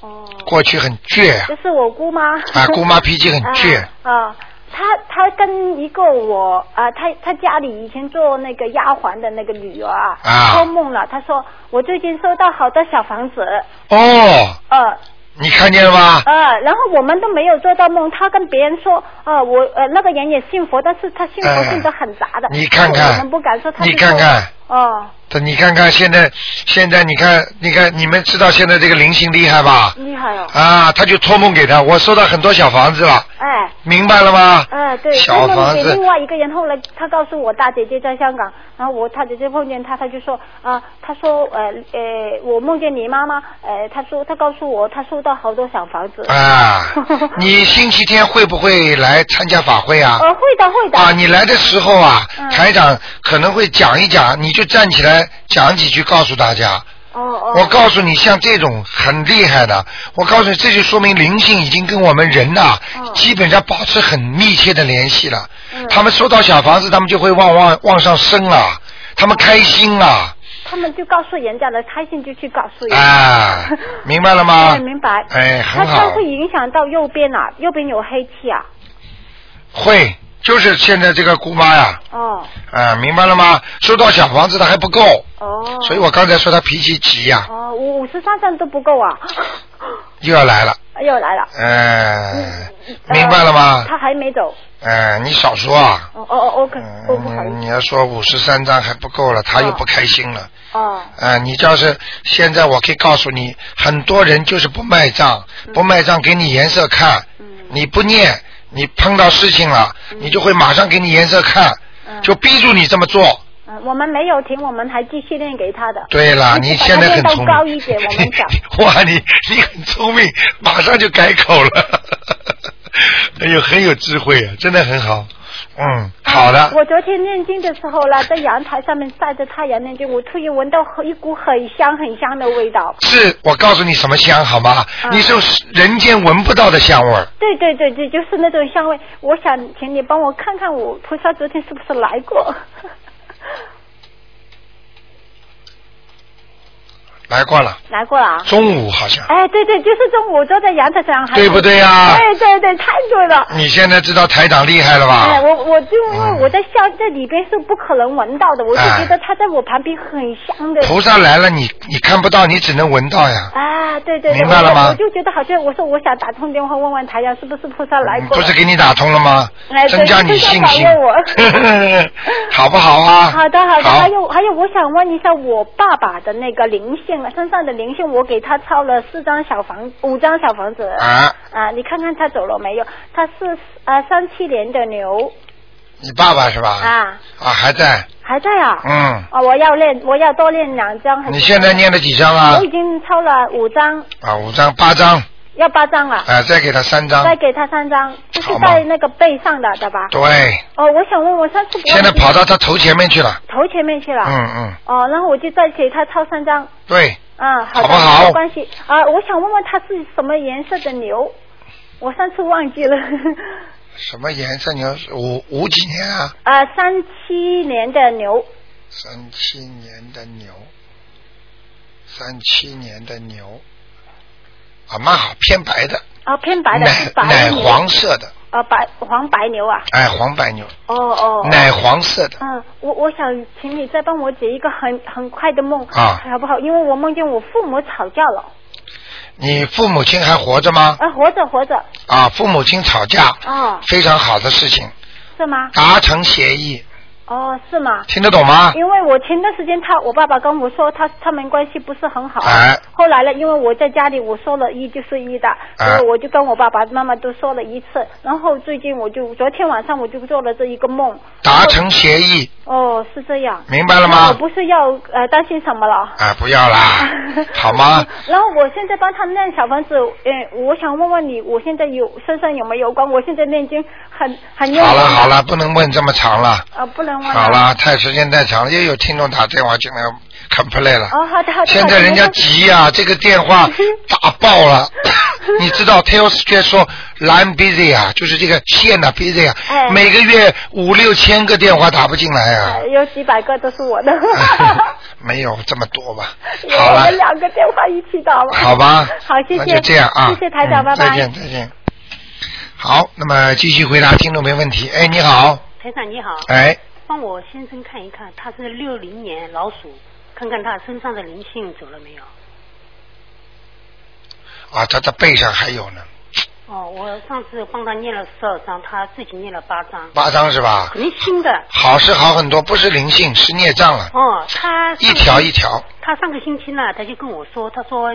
[SPEAKER 7] 哦，
[SPEAKER 1] 过去很倔啊
[SPEAKER 7] 这，是我姑妈
[SPEAKER 1] 啊，姑妈脾气很倔
[SPEAKER 7] 啊，啊，她她跟一个我啊，她她家里以前做那个丫鬟的那个女儿啊，
[SPEAKER 1] 啊
[SPEAKER 7] 托梦了，她说我最近收到好多小房子，
[SPEAKER 1] 哦，
[SPEAKER 7] 呃，
[SPEAKER 1] 你看见了吧？
[SPEAKER 7] 呃，然后我们都没有做到梦，他跟别人说，呃，我呃那个人也信佛，但是他信佛
[SPEAKER 1] 哎
[SPEAKER 7] 信的很杂的，
[SPEAKER 1] 你看
[SPEAKER 7] 但是
[SPEAKER 1] 看
[SPEAKER 7] 我们不敢说他，
[SPEAKER 1] 你看看，
[SPEAKER 7] 哦，
[SPEAKER 1] 这你看看现在，现在你看，你看你们知道现在这个灵性厉害吧？
[SPEAKER 7] 厉害哦，
[SPEAKER 1] 啊，他就托梦给他，我收到很多小房子了，
[SPEAKER 7] 哎。
[SPEAKER 1] 明白了吗？
[SPEAKER 7] 哎，对，
[SPEAKER 1] 小
[SPEAKER 7] 他梦
[SPEAKER 1] 房
[SPEAKER 7] 给
[SPEAKER 1] 子
[SPEAKER 7] 另，外一个人，后来他告诉我大姐姐在香港，然后我大姐姐碰见他，他就说啊，他说呃呃，我梦见你妈妈，呃，他说他告诉我，他收到好多小房子，
[SPEAKER 1] 啊，你星期天会不会来参加法会啊？
[SPEAKER 7] 呃，会的会的，
[SPEAKER 1] 啊，你来的时候啊，
[SPEAKER 7] 嗯
[SPEAKER 1] 台长可能会讲一讲，你就站起来讲几句，告诉大家。
[SPEAKER 7] 哦哦，
[SPEAKER 1] 我告诉你，像这种很厉害的，我告诉你，这就说明灵性已经跟我们人呐、
[SPEAKER 7] 哦
[SPEAKER 1] 基本上保持很密切的联系了。
[SPEAKER 7] 嗯
[SPEAKER 1] 他们收到小房子，他们就会往往往上升了，他们开心了
[SPEAKER 7] 他们就告诉人家了，开心就去告诉人家。
[SPEAKER 1] 啊，明白了吗
[SPEAKER 7] 哎，？明白。
[SPEAKER 1] 哎，
[SPEAKER 7] 它
[SPEAKER 1] 很
[SPEAKER 7] 它
[SPEAKER 1] 好，
[SPEAKER 7] 会影响到右边啊，右边有黑气啊。
[SPEAKER 1] 会就是现在这个姑妈呀、
[SPEAKER 7] 哦
[SPEAKER 1] 啊，明白了吗？收到小房子的还不够，
[SPEAKER 7] 哦。
[SPEAKER 1] 所以我刚才说她脾气急呀、
[SPEAKER 7] 哦，五五十三张都不够 啊，
[SPEAKER 1] 又要来了，
[SPEAKER 7] 又来了。嗯
[SPEAKER 1] 呃，明白了吗
[SPEAKER 7] 呃？他还没走。
[SPEAKER 1] 呃，你少说啊。
[SPEAKER 7] 哦哦哦，OK，哦嗯不好意啊
[SPEAKER 1] 嗯，你要说五十三张还不够了，他又不开心了。
[SPEAKER 7] 思。哦
[SPEAKER 1] 啊，你要是现在，我可以告诉你，很多人就是不卖账，
[SPEAKER 7] 嗯
[SPEAKER 1] 不卖账给你颜色看，你不念，你碰到事情了，
[SPEAKER 7] 嗯
[SPEAKER 1] 你就会马上给你颜色看，就逼住你这么做。
[SPEAKER 7] 嗯，我们没有停，我们还继续练给他的。
[SPEAKER 1] 对了，
[SPEAKER 7] 你
[SPEAKER 1] 你现在很
[SPEAKER 7] 把它
[SPEAKER 1] 聪明
[SPEAKER 7] 练到高一点，我 们讲。
[SPEAKER 1] 哇，你你很聪明，马上就改口了。 哎呦，很有智慧啊，真的很好。嗯，好的。
[SPEAKER 7] 啊我昨天念经的时候呢，在阳台上面晒着太阳念经，我突然闻到一股很香很香的味道。
[SPEAKER 1] 是我告诉你什么香好吗？
[SPEAKER 7] 啊
[SPEAKER 1] 你是人间闻不到的香味儿。
[SPEAKER 7] 对对对对，就是那种香味。我想请你帮我看看我菩萨昨天是不是来 过？
[SPEAKER 1] 来过了，
[SPEAKER 7] 来过了啊。
[SPEAKER 1] 中午好像。
[SPEAKER 7] 哎，对对，就是中午坐在阳台上还
[SPEAKER 1] 对不对啊呀
[SPEAKER 7] 对哎对对，太对了。
[SPEAKER 1] 你现在知道台长厉害了吧？
[SPEAKER 7] 哎，我我就因为我在校这里边是不可能闻到的，我就觉得他在我旁边很香的。
[SPEAKER 1] 菩萨来了，你你看不到，你只能闻到呀。
[SPEAKER 7] 啊，对对对，
[SPEAKER 1] 明白了吗
[SPEAKER 7] 我就觉得好像我说我想打通电话问问台阳是不是菩萨来过
[SPEAKER 1] 嗯不
[SPEAKER 7] 了。
[SPEAKER 1] 是给你打通了吗
[SPEAKER 7] 哎？
[SPEAKER 1] 增加你信心
[SPEAKER 7] 对增加把，
[SPEAKER 1] 好不好啊？
[SPEAKER 7] 好的好的，还有还有，我想问一下我爸爸的那个灵性啊，身上的灵性，我给他抄了四张小房，五张小房子。
[SPEAKER 1] 啊，
[SPEAKER 7] 啊，你看看他走了没有？他是啊三七年的牛
[SPEAKER 1] 你爸爸是吧？
[SPEAKER 7] 啊，
[SPEAKER 1] 啊，还在。
[SPEAKER 7] 还在啊。
[SPEAKER 1] 嗯，
[SPEAKER 7] 啊，我要练，我要多练两张。还是
[SPEAKER 1] 你现在念了几张啊
[SPEAKER 7] 我已？经抄了五张，
[SPEAKER 1] 啊，五张、八张，
[SPEAKER 7] 要八张了。
[SPEAKER 1] 啊，再给他三
[SPEAKER 7] 再
[SPEAKER 1] 张。
[SPEAKER 7] 给他三张，就是
[SPEAKER 1] 好嘛
[SPEAKER 7] 在那个背上的，对吧？
[SPEAKER 1] 对，
[SPEAKER 7] 哦，我想问，我上次不
[SPEAKER 1] 现在跑到他头前面去了。
[SPEAKER 7] 头前面去了。
[SPEAKER 1] 嗯嗯，
[SPEAKER 7] 哦，然后我就再给他抄三张。
[SPEAKER 1] 对，
[SPEAKER 7] 嗯，
[SPEAKER 1] 好
[SPEAKER 7] 好的，
[SPEAKER 1] 不好
[SPEAKER 7] 没关系啊、我想问问他是什么颜色的牛？我上次忘记了，
[SPEAKER 1] 什么颜色牛？五五几年啊？
[SPEAKER 7] 啊，三七年的牛，
[SPEAKER 1] 三七年的牛，三七年的牛，啊，蛮好，偏白的，
[SPEAKER 7] 啊，偏白的，
[SPEAKER 1] 奶
[SPEAKER 7] 是白
[SPEAKER 1] 奶
[SPEAKER 7] 牛，
[SPEAKER 1] 黄色的，
[SPEAKER 7] 啊，白黄白牛啊，
[SPEAKER 1] 哎，黄白牛，
[SPEAKER 7] 哦哦，哦
[SPEAKER 1] 奶黄色的，
[SPEAKER 7] 嗯，我我想请你再帮我解一个很很快的梦，
[SPEAKER 1] 啊
[SPEAKER 7] 好不好？因为我梦见我父母吵架了，
[SPEAKER 1] 你父母亲还活着吗？
[SPEAKER 7] 啊，活着活着，
[SPEAKER 1] 啊，父母亲吵架，
[SPEAKER 7] 哦，
[SPEAKER 1] 非常好的事情，
[SPEAKER 7] 是吗？
[SPEAKER 1] 达成协议，
[SPEAKER 7] 哦，是吗？
[SPEAKER 1] 听得懂吗？
[SPEAKER 7] 因为我前段时间他我爸爸跟我说他他们关系不是很好，啊
[SPEAKER 1] 哎
[SPEAKER 7] 后来呢，因为我在家里我说了一就是一的，
[SPEAKER 1] 哎
[SPEAKER 7] 所以我就跟我爸爸妈妈都说了一次，然后最近我就昨天晚上我就做了这一个梦，
[SPEAKER 1] 达成协议，
[SPEAKER 7] 哦是这样，
[SPEAKER 1] 明白了
[SPEAKER 7] 那我
[SPEAKER 1] 吗？
[SPEAKER 7] 不是要呃担心什么了。
[SPEAKER 1] 啊，不要 啦，好吗？
[SPEAKER 7] 然后我现在帮他念小房子，呃，我想问问你，我现在有身上有没有光？我现在念经很很用力。
[SPEAKER 1] 好了好了，不能问这么长了，
[SPEAKER 7] 啊、不能问。
[SPEAKER 1] 好。了，太时间太长了，又有听众打电话进来 complain 了。
[SPEAKER 7] 哦，好的好 的。
[SPEAKER 1] 现在人家
[SPEAKER 7] 好的
[SPEAKER 1] 急 呀、这个电话打爆了。 你知道 Taylor Swift 说 “line busy” 啊，就是这个线呐、busy 啊，
[SPEAKER 7] 哎
[SPEAKER 1] 每个月五六千个电话打不进来啊
[SPEAKER 7] 呃。有几百个都是我 的。
[SPEAKER 1] 没有这么多吧？
[SPEAKER 7] 哎有
[SPEAKER 1] 好
[SPEAKER 7] 我
[SPEAKER 1] 了
[SPEAKER 7] 们，两个电话一起打 吧。
[SPEAKER 1] 好吧，
[SPEAKER 7] 好，谢谢。
[SPEAKER 1] 那就这样啊，
[SPEAKER 7] 谢谢台长，
[SPEAKER 1] 嗯
[SPEAKER 7] 拜拜。
[SPEAKER 1] 再见，再见。好，那么继续回答听众没问题。哎，你好，
[SPEAKER 8] 台长你好，
[SPEAKER 1] 哎，
[SPEAKER 8] 帮我先生看一看，他是六零年老鼠，看看他身上的灵性走了没有？
[SPEAKER 1] 啊，他的背上还有呢，
[SPEAKER 8] 哦，我上次帮他念了十二章，他自己念了八章，
[SPEAKER 1] 八张是吧
[SPEAKER 8] 可？能新的。
[SPEAKER 1] 好是好很多，不是灵性，是孽障 了，
[SPEAKER 8] 哦，他
[SPEAKER 1] 一条一。条
[SPEAKER 8] 他上个星期呢，他就跟我说，他说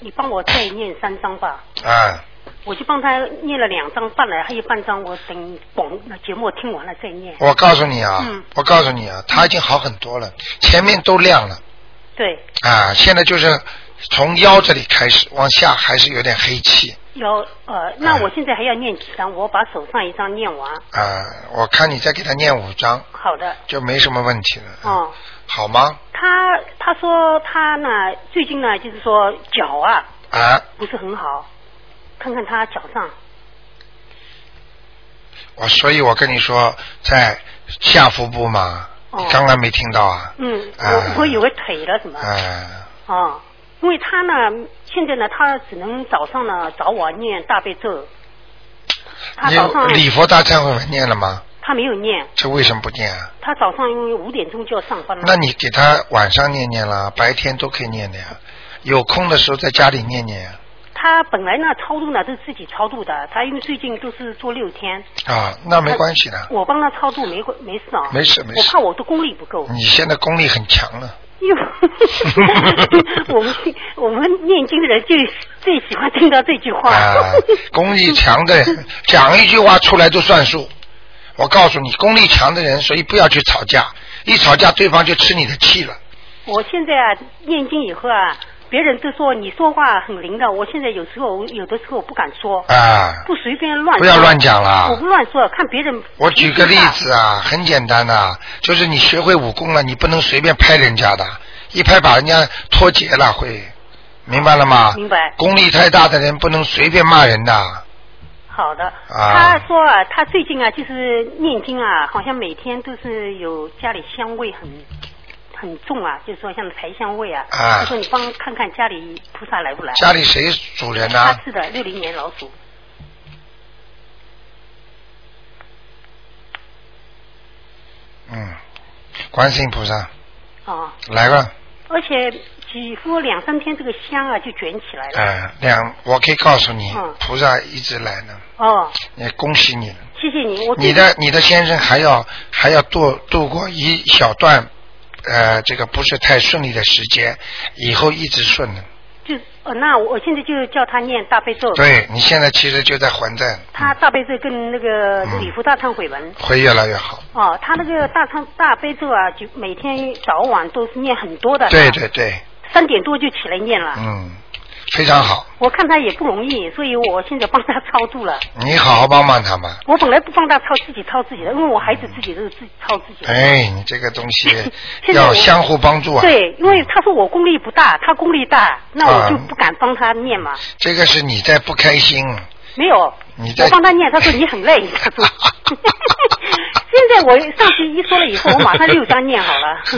[SPEAKER 8] 你帮我再念三章吧，
[SPEAKER 1] 啊。
[SPEAKER 8] 我就帮他念了两章半了，还有半章我等广节目听完了再念。
[SPEAKER 1] 我告诉你啊，
[SPEAKER 8] 嗯
[SPEAKER 1] 我告诉你啊，他已经好很多了，前面都亮了
[SPEAKER 8] 对，
[SPEAKER 1] 啊，现在就是从腰这里开始往下还是有点黑气
[SPEAKER 8] 有呃，
[SPEAKER 1] 哎
[SPEAKER 8] 那我现在还要念几张？我把手上一张念完。
[SPEAKER 1] 啊，我看你再给他念五张
[SPEAKER 8] 好的。
[SPEAKER 1] 就没什么问题了，
[SPEAKER 8] 哦，
[SPEAKER 1] 好吗？
[SPEAKER 8] 他他说他呢，最近呢，就是说脚啊
[SPEAKER 1] 啊，
[SPEAKER 8] 不是很好，看看他脚上。
[SPEAKER 1] 我所以，我跟你说，在下腹部嘛，
[SPEAKER 8] 哦
[SPEAKER 1] 你刚刚没听到啊？
[SPEAKER 8] 嗯，
[SPEAKER 1] 啊
[SPEAKER 8] 我我有个腿了，怎么？
[SPEAKER 1] 啊，
[SPEAKER 8] 哦，因为他呢，现在呢，他只能早上呢找我念大悲咒，他
[SPEAKER 1] 你
[SPEAKER 8] 早上
[SPEAKER 1] 礼佛大忏悔文念了吗？
[SPEAKER 8] 他没有念，
[SPEAKER 1] 这为什么不念啊？
[SPEAKER 8] 他早上因为五点钟就要上班了。
[SPEAKER 1] 那你给他晚上念念啦，白天都可以念的呀。有空的时候在家里念念呀
[SPEAKER 8] 他本来呢超度呢都是自己超度的，他因为最近都是做六天，
[SPEAKER 1] 啊，那没关系的。
[SPEAKER 8] 我帮他超度没关没事啊，
[SPEAKER 1] 没事没事嗯
[SPEAKER 8] 我怕我的功力不够，
[SPEAKER 1] 你现在功力很强了，
[SPEAKER 8] 因为 我们我们念经的人就最喜欢听到这句话。
[SPEAKER 1] 啊，功力强的人讲一句话出来就算数。我告诉你，功力强的人，所以不要去吵架，一吵架对方就吃你的气了。
[SPEAKER 8] 我现在啊念经以后啊，别人都说你说话很灵的，我现在有时候有的时候不敢说，
[SPEAKER 1] 啊，
[SPEAKER 8] 不随便乱
[SPEAKER 1] 不
[SPEAKER 8] 说。
[SPEAKER 1] 要乱讲啦
[SPEAKER 8] 我不乱说，看别人。
[SPEAKER 1] 我举个例。子啊，很简单的、就是你学会武功了，你不能随便拍人家的，一拍把人家脱节了，会明白了吗？
[SPEAKER 8] 明白
[SPEAKER 1] 功力太大的人不能随便骂人的。
[SPEAKER 8] 好的。
[SPEAKER 1] 啊
[SPEAKER 8] 他说啊，他最近啊，就是念经啊，好像每天都是有家里香味很很重啊，就是说像排香味啊。
[SPEAKER 1] 啊
[SPEAKER 8] 他说你帮看看家里菩萨来不来？
[SPEAKER 1] 家里谁主人呢、
[SPEAKER 8] 他是的，六零年老鼠。
[SPEAKER 1] 嗯，观世音菩萨
[SPEAKER 8] 哦，
[SPEAKER 1] 来吧，
[SPEAKER 8] 而且几乎两三天这个香啊就卷起来了。
[SPEAKER 1] 哎、两，我可以告诉你
[SPEAKER 8] 嗯，
[SPEAKER 1] 菩萨一直来呢，
[SPEAKER 8] 哦，
[SPEAKER 1] 也恭喜你了。
[SPEAKER 8] 谢谢你，我最
[SPEAKER 1] 你的你的先生还要还要度度过一小段，呃，这个不是太顺利的时间，以后一直顺的。
[SPEAKER 8] 就呃，那我现在就叫他念大悲 咒，
[SPEAKER 1] 对你现在其实就在还债，
[SPEAKER 8] 他大悲咒跟那个
[SPEAKER 1] 嗯
[SPEAKER 8] 礼佛大忏悔文，
[SPEAKER 1] 会越来越好。
[SPEAKER 8] 哦，他那个大忏大悲咒啊，就每天早晚都是念很多的，啊
[SPEAKER 1] 对，对对，
[SPEAKER 8] 三点多就起来念了。
[SPEAKER 1] 嗯，非常好，
[SPEAKER 8] 我看他也不容易，所以我现在帮他超度了。
[SPEAKER 1] 你好好帮帮他 嘛。
[SPEAKER 8] 我本来不帮他超自己超自己的，因为我孩子自己都是自己超自己的。
[SPEAKER 1] 哎，你这个东西
[SPEAKER 8] 现在
[SPEAKER 1] 要
[SPEAKER 8] 我
[SPEAKER 1] 相互帮助啊。，
[SPEAKER 8] 对，因为他说我功力不大，他功力大，那我就
[SPEAKER 1] 啊
[SPEAKER 8] 不敢帮他念嘛。
[SPEAKER 1] 这个是你在不开心，
[SPEAKER 8] 没有，
[SPEAKER 1] 你在，
[SPEAKER 8] 我帮他念，他说你很累，他说。现在我上去一说了以后，我马上六张念好了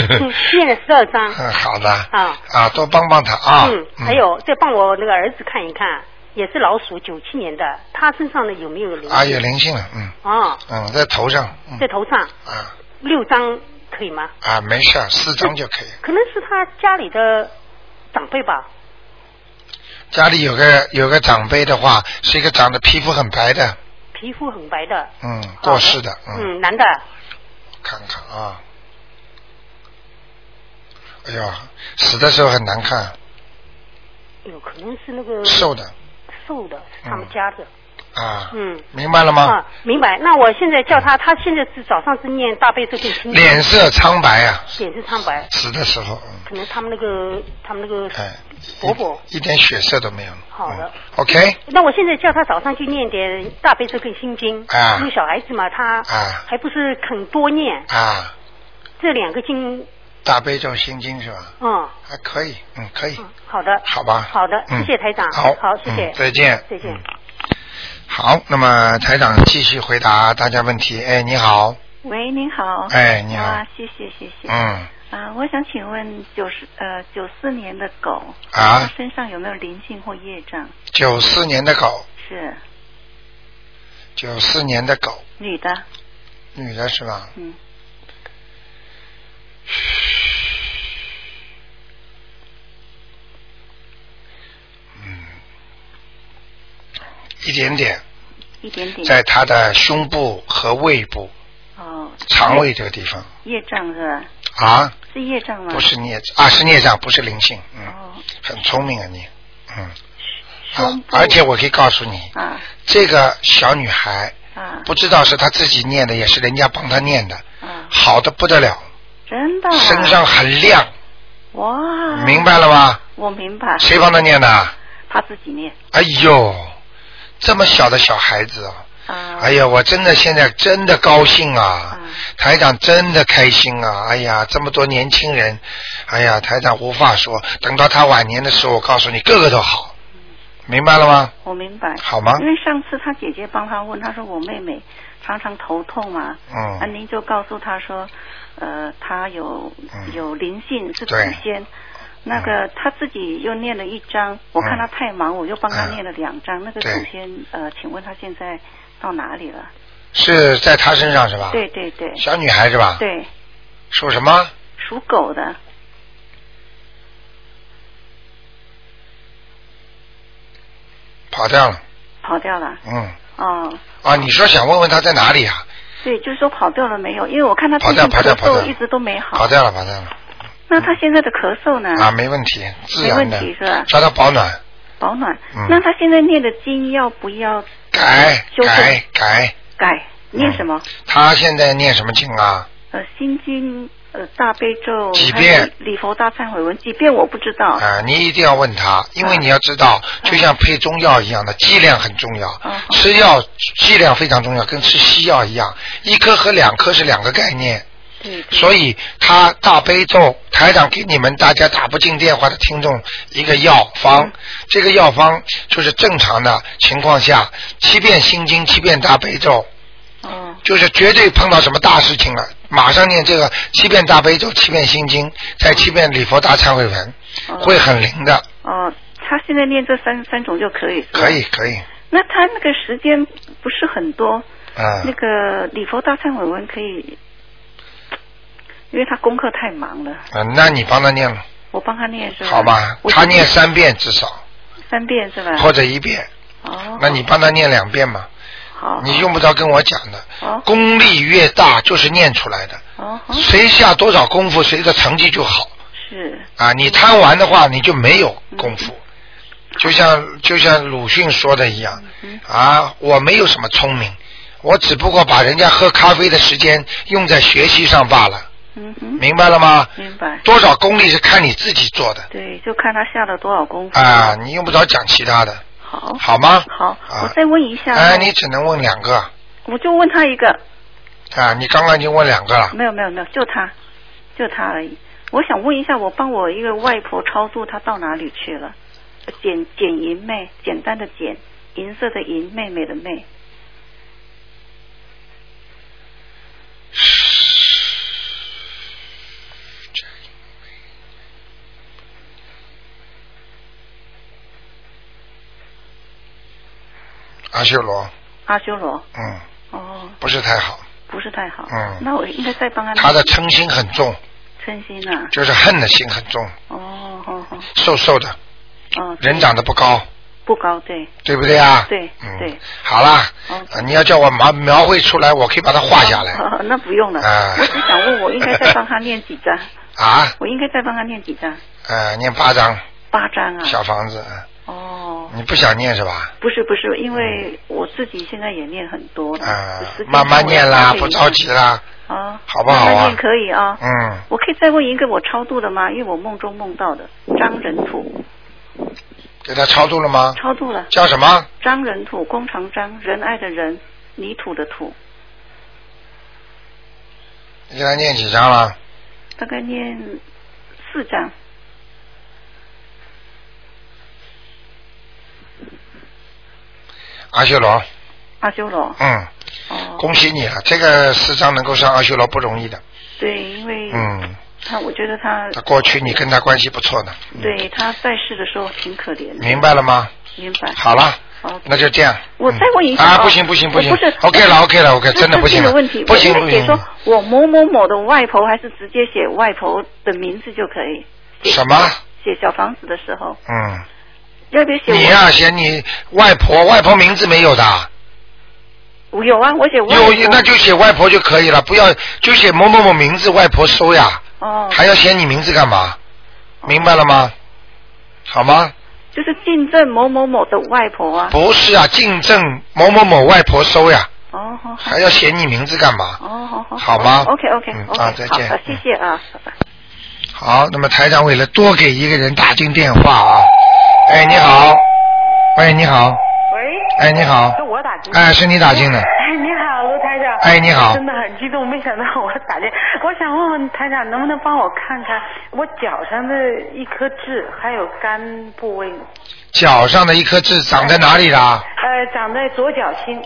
[SPEAKER 8] 念了十二张。
[SPEAKER 1] 嗯，好的。
[SPEAKER 8] 啊
[SPEAKER 1] 啊，多帮帮他啊。
[SPEAKER 8] 嗯，还有再帮我那个儿子看一看，也是老鼠，九七年的，他身上的有没有灵？
[SPEAKER 1] 啊，有灵性了，嗯
[SPEAKER 8] 哦，
[SPEAKER 1] 嗯，在头上，嗯
[SPEAKER 8] 在头上
[SPEAKER 1] 啊
[SPEAKER 8] 六张可以吗？
[SPEAKER 1] 啊，没事儿，四张就可以。
[SPEAKER 8] 可能是他家里的长辈吧。
[SPEAKER 1] 家里有个有个长辈的话，是一个长得皮肤很白的，
[SPEAKER 8] 皮肤很白的，
[SPEAKER 1] 嗯，过世的，嗯，
[SPEAKER 8] 嗯，男的，
[SPEAKER 1] 看看啊。哎呦，死的时候很难看，
[SPEAKER 8] 有可能是那个
[SPEAKER 1] 瘦的
[SPEAKER 8] 瘦的，是他们
[SPEAKER 1] 嗯
[SPEAKER 8] 家的，
[SPEAKER 1] 啊。
[SPEAKER 8] 嗯
[SPEAKER 1] 明白了吗
[SPEAKER 8] 啊？，明白。那我现在叫他，他现在是早上是念大悲咒跟心经，
[SPEAKER 1] 脸色苍白啊，
[SPEAKER 8] 脸是苍白，
[SPEAKER 1] 死的时候，嗯，
[SPEAKER 8] 可能他们那个他们那个
[SPEAKER 1] 哎，
[SPEAKER 8] 嗯伯伯。
[SPEAKER 1] 一一点血色都没有。
[SPEAKER 8] 好的
[SPEAKER 1] 嗯 OK，
[SPEAKER 8] 那我现在叫他早上去念点大悲咒跟心经，
[SPEAKER 1] 啊
[SPEAKER 8] 因为小孩子嘛，他
[SPEAKER 1] 啊
[SPEAKER 8] 还不是肯多念
[SPEAKER 1] 啊，
[SPEAKER 8] 这两个经，
[SPEAKER 1] 大悲咒心经是吧？
[SPEAKER 8] 嗯，
[SPEAKER 1] 还可以，嗯，可以。
[SPEAKER 8] 嗯好的，
[SPEAKER 1] 好吧
[SPEAKER 8] 好的，
[SPEAKER 1] 嗯
[SPEAKER 8] 谢谢台长，
[SPEAKER 1] 好
[SPEAKER 8] 好，谢谢
[SPEAKER 1] 嗯，再见
[SPEAKER 8] 再见
[SPEAKER 1] 嗯。好，那么台长继续回答大家问题。哎，你好，
[SPEAKER 9] 喂，您好。
[SPEAKER 1] 哎你好
[SPEAKER 9] 啊，谢谢谢谢。
[SPEAKER 1] 嗯
[SPEAKER 9] 啊，我想请问九十呃九四年的狗，它
[SPEAKER 1] 啊，
[SPEAKER 9] 身上有没有灵性或业障？
[SPEAKER 1] 九四年的狗，
[SPEAKER 9] 是
[SPEAKER 1] 九四年的狗，
[SPEAKER 9] 女的，
[SPEAKER 1] 女的是吧？
[SPEAKER 9] 嗯，
[SPEAKER 1] 嗯，一点点，
[SPEAKER 9] 一点点。
[SPEAKER 1] 在他的胸部和胃部、
[SPEAKER 9] 哦，
[SPEAKER 1] 肠胃这个地方
[SPEAKER 9] 业障是吧？
[SPEAKER 1] 啊，
[SPEAKER 9] 是业障吗？哦
[SPEAKER 1] 不是孽障啊，是孽障，不是灵性，嗯，很聪明啊你，嗯，啊
[SPEAKER 9] 胸，部
[SPEAKER 1] 而且我可以告诉你，
[SPEAKER 9] 啊
[SPEAKER 1] 这个小女孩
[SPEAKER 9] 啊，
[SPEAKER 1] 不知道是她自己念的，也是人家帮她念的，好的不得了，
[SPEAKER 9] 真的啊。
[SPEAKER 1] 身上很亮，
[SPEAKER 9] 哇。
[SPEAKER 1] 明白了吗？
[SPEAKER 9] 我明白。
[SPEAKER 1] 谁帮她念的？
[SPEAKER 9] 他自己念。
[SPEAKER 1] 哎呦，这么小的小孩子啊！哎呀，我真的现在真的高兴啊！
[SPEAKER 9] 嗯
[SPEAKER 1] 台长真的开心啊！哎呀，这么多年轻人，哎呀，台长无话说。等到他晚年的时候，我告诉你，个个都好，
[SPEAKER 9] 嗯
[SPEAKER 1] 明白了吗？
[SPEAKER 9] 我明白。
[SPEAKER 1] 好吗
[SPEAKER 9] 因为上次他姐姐帮他问，他说我妹妹常常头痛嘛，
[SPEAKER 1] 嗯
[SPEAKER 9] 啊，您就告诉他说，呃，他有有灵性是祖
[SPEAKER 1] 嗯对嗯
[SPEAKER 9] 先。那个他自己又念了一张，我看他太忙，我又帮他
[SPEAKER 1] 嗯
[SPEAKER 9] 念了两张。那个祖
[SPEAKER 1] 对
[SPEAKER 9] 先，呃，请问他现在到哪里了？
[SPEAKER 1] 是在他身上是吧？
[SPEAKER 9] 对对对。
[SPEAKER 1] 小女孩是吧
[SPEAKER 9] 对，
[SPEAKER 1] 属什么？
[SPEAKER 9] 属狗的。
[SPEAKER 1] 跑掉了。
[SPEAKER 9] 跑掉了。
[SPEAKER 1] 嗯。
[SPEAKER 9] 哦，
[SPEAKER 1] 啊，你说想问问他在哪里啊？
[SPEAKER 9] 对，就是说跑掉了没有？因为我看他
[SPEAKER 1] 跑
[SPEAKER 9] 最
[SPEAKER 1] 掉
[SPEAKER 9] 近
[SPEAKER 1] 跑掉
[SPEAKER 9] 咳
[SPEAKER 1] 跑掉
[SPEAKER 9] 嗽一直都没好。
[SPEAKER 1] 跑掉了，跑掉了
[SPEAKER 9] 那他现在的咳嗽呢？
[SPEAKER 1] 啊，没问题，自
[SPEAKER 9] 没
[SPEAKER 1] 然
[SPEAKER 9] 问
[SPEAKER 1] 的
[SPEAKER 9] 题是吧，
[SPEAKER 1] 叫他保暖，
[SPEAKER 9] 保暖。
[SPEAKER 1] 嗯
[SPEAKER 9] 那他现在念的经要不要
[SPEAKER 1] 改
[SPEAKER 9] 修正
[SPEAKER 1] 改嗯改。
[SPEAKER 9] 改？念什么？
[SPEAKER 1] 他现在念什么经啊？
[SPEAKER 9] 呃，心经、呃，大悲咒，
[SPEAKER 1] 几
[SPEAKER 9] 还有
[SPEAKER 1] 遍
[SPEAKER 9] 礼佛大忏悔文，几遍我不知道。
[SPEAKER 1] 啊，你一定要问他，因为你要知道，就像配中药一样的，剂量很重要。吃药剂量非常重要，跟吃西药一样，一颗和两颗是两个概念。所以他大悲咒，台长给你们大家打不进电话的听众一个药方，这个药方就是正常的情况下，七遍心经，七遍大悲咒。
[SPEAKER 9] 哦
[SPEAKER 1] 就是绝对碰到什么大事情了，马上念这个七遍大悲咒，七遍心经，再七遍礼佛大忏悔文，会很灵的。
[SPEAKER 9] 哦，他现在念这三三种就可以。
[SPEAKER 1] 可以。可以，
[SPEAKER 9] 那他那个时间不是很多，
[SPEAKER 1] 啊、
[SPEAKER 9] 那个礼佛大忏悔文可以，因为他功课太忙了，
[SPEAKER 1] 啊那你帮他念了，
[SPEAKER 9] 我帮他念是吧？
[SPEAKER 1] 好吧？
[SPEAKER 9] 我
[SPEAKER 1] 他念三遍至少，
[SPEAKER 9] 三遍是吧？
[SPEAKER 1] 或者一遍，
[SPEAKER 9] 哦，
[SPEAKER 1] 那你帮他念两遍嘛。
[SPEAKER 9] 好
[SPEAKER 1] 你用不着跟我讲的，
[SPEAKER 9] 哦
[SPEAKER 1] 功力越大就是念出来的，
[SPEAKER 9] 哦
[SPEAKER 1] 谁下多少功夫，谁的成绩就好。
[SPEAKER 9] 是
[SPEAKER 1] 啊，你贪玩的
[SPEAKER 9] 嗯
[SPEAKER 1] 话，你就没有功夫。就像就像鲁迅说的一样，
[SPEAKER 9] 嗯
[SPEAKER 1] 啊，我没有什么聪明，我只不过把人家喝咖啡的时间用在学习上罢了，
[SPEAKER 9] 嗯哼，
[SPEAKER 1] 明白了吗？
[SPEAKER 9] 明白。
[SPEAKER 1] 多少功力是看你自己做的
[SPEAKER 9] 对，就看他下了多少功夫。
[SPEAKER 1] 啊，你用不着讲其他的，
[SPEAKER 9] 好，
[SPEAKER 1] 好吗？
[SPEAKER 9] 嗯哦好，我
[SPEAKER 1] 啊，
[SPEAKER 9] 再问一下。
[SPEAKER 1] 哎，你只能问两个
[SPEAKER 9] 我就问他一个，
[SPEAKER 1] 啊，你刚刚已经问两个了，
[SPEAKER 9] 没有没有没有，就他，就他而已。我想问一下，我帮我一个外婆超度，她到哪里去了？简简银妹，简单的简，银色的银，妹妹的妹。
[SPEAKER 1] 阿修罗，
[SPEAKER 9] 阿修罗，
[SPEAKER 1] 嗯，
[SPEAKER 9] 哦，
[SPEAKER 1] 不是太好，
[SPEAKER 9] 不是太好。
[SPEAKER 1] 嗯
[SPEAKER 9] 那我应该再帮他。
[SPEAKER 1] 他的嗔心很重，
[SPEAKER 9] 称心啊。
[SPEAKER 1] 就是恨的心很重，
[SPEAKER 9] 哦哦哦
[SPEAKER 1] 瘦瘦的，
[SPEAKER 9] 哦，
[SPEAKER 1] 人长得不高，
[SPEAKER 9] 不高，对。
[SPEAKER 1] 对不对啊
[SPEAKER 9] 对
[SPEAKER 1] 嗯
[SPEAKER 9] 对。嗯
[SPEAKER 1] 好啦，啊你要叫我描描绘出来，我可以把它画下来。
[SPEAKER 9] 哦那不用了，
[SPEAKER 1] 啊
[SPEAKER 9] 我只想问，我应该再帮他念几张？
[SPEAKER 1] 啊，
[SPEAKER 9] 我应该再帮他念几张？
[SPEAKER 1] 呃，念八章
[SPEAKER 9] 八张啊。
[SPEAKER 1] 小房子，嗯
[SPEAKER 9] 哦，
[SPEAKER 1] 你不想念是吧？
[SPEAKER 9] 不是不是，因为我自己现在也念很多了，
[SPEAKER 1] 啊
[SPEAKER 9] 时，间
[SPEAKER 1] 慢慢念啦，
[SPEAKER 9] 上我
[SPEAKER 1] 不
[SPEAKER 9] 也
[SPEAKER 1] 着急啦，
[SPEAKER 9] 啊，
[SPEAKER 1] 好不好
[SPEAKER 9] 慢慢
[SPEAKER 1] 啊
[SPEAKER 9] 念？可以啊。
[SPEAKER 1] 嗯，
[SPEAKER 9] 我可以再问一个我超度的吗？因为我梦中梦到的张人土
[SPEAKER 1] 给他超度了吗？
[SPEAKER 9] 超度了。
[SPEAKER 1] 叫什么？
[SPEAKER 9] 张人土，工长张，仁爱的仁，泥土的土，
[SPEAKER 1] 你给他念几张了？
[SPEAKER 9] 大概念四张。
[SPEAKER 1] 阿修罗，
[SPEAKER 9] 阿修罗，哦
[SPEAKER 1] 嗯，恭喜你啊，这个四张能够上阿修罗不容易的，
[SPEAKER 9] 对，因为
[SPEAKER 1] 嗯，
[SPEAKER 9] 他，我觉得他，
[SPEAKER 1] 他过去你跟他关系不错的，
[SPEAKER 9] 对他在世的时候挺可怜的。
[SPEAKER 1] 嗯明白了吗？
[SPEAKER 9] 明白。哦
[SPEAKER 1] 好了，
[SPEAKER 9] 好
[SPEAKER 1] 那就这样。
[SPEAKER 9] 我再问一下
[SPEAKER 1] 啊，
[SPEAKER 9] 哦
[SPEAKER 1] 不行不行不行
[SPEAKER 9] 我不是
[SPEAKER 1] ，OK 了 OK 了啊 OK，
[SPEAKER 9] 是
[SPEAKER 1] 真的不行
[SPEAKER 9] 这
[SPEAKER 1] 了嗯
[SPEAKER 9] 个问题，，
[SPEAKER 1] 不行
[SPEAKER 9] 我
[SPEAKER 1] 不
[SPEAKER 9] 应该
[SPEAKER 1] 行，
[SPEAKER 9] 写说我某某某的外婆，还是直接写外婆的名字就可以。
[SPEAKER 1] 什么？
[SPEAKER 9] 写小房子的时候，
[SPEAKER 1] 嗯，
[SPEAKER 9] 要不要写我？
[SPEAKER 1] 你呀、写你外婆，外婆名字没有的，
[SPEAKER 9] 我有啊，我写外
[SPEAKER 1] 有那就写外婆就可以了，不要就写某某某名字，外婆收呀，
[SPEAKER 9] 哦，
[SPEAKER 1] 还要写你名字干嘛？明白了吗？好吗？
[SPEAKER 9] 就是进正某某某的外婆啊。
[SPEAKER 1] 不是啊，进正某某某外婆收呀，
[SPEAKER 9] 哦，好，
[SPEAKER 1] 还要写你名字干嘛？
[SPEAKER 9] 哦，好好。
[SPEAKER 1] 好吗
[SPEAKER 9] ？OK OK
[SPEAKER 1] 嗯
[SPEAKER 9] OK，
[SPEAKER 1] 啊再见
[SPEAKER 9] 好，谢谢啊。
[SPEAKER 1] 好，那么台长为了多给一个人打进电话啊，哎，你好，喂，你好，
[SPEAKER 10] 喂，
[SPEAKER 1] 哎你好
[SPEAKER 10] 是我打进，
[SPEAKER 1] 哎是你打进的
[SPEAKER 10] 哎，你好，卢台长。
[SPEAKER 1] 哎你好
[SPEAKER 10] 真的很激动，没想到我打进。我想问问台长，能不能帮我看看我脚上的一颗痣，还有肝部位？
[SPEAKER 1] 脚上的一颗痣长在哪里啦？
[SPEAKER 10] 呃，长在左脚心。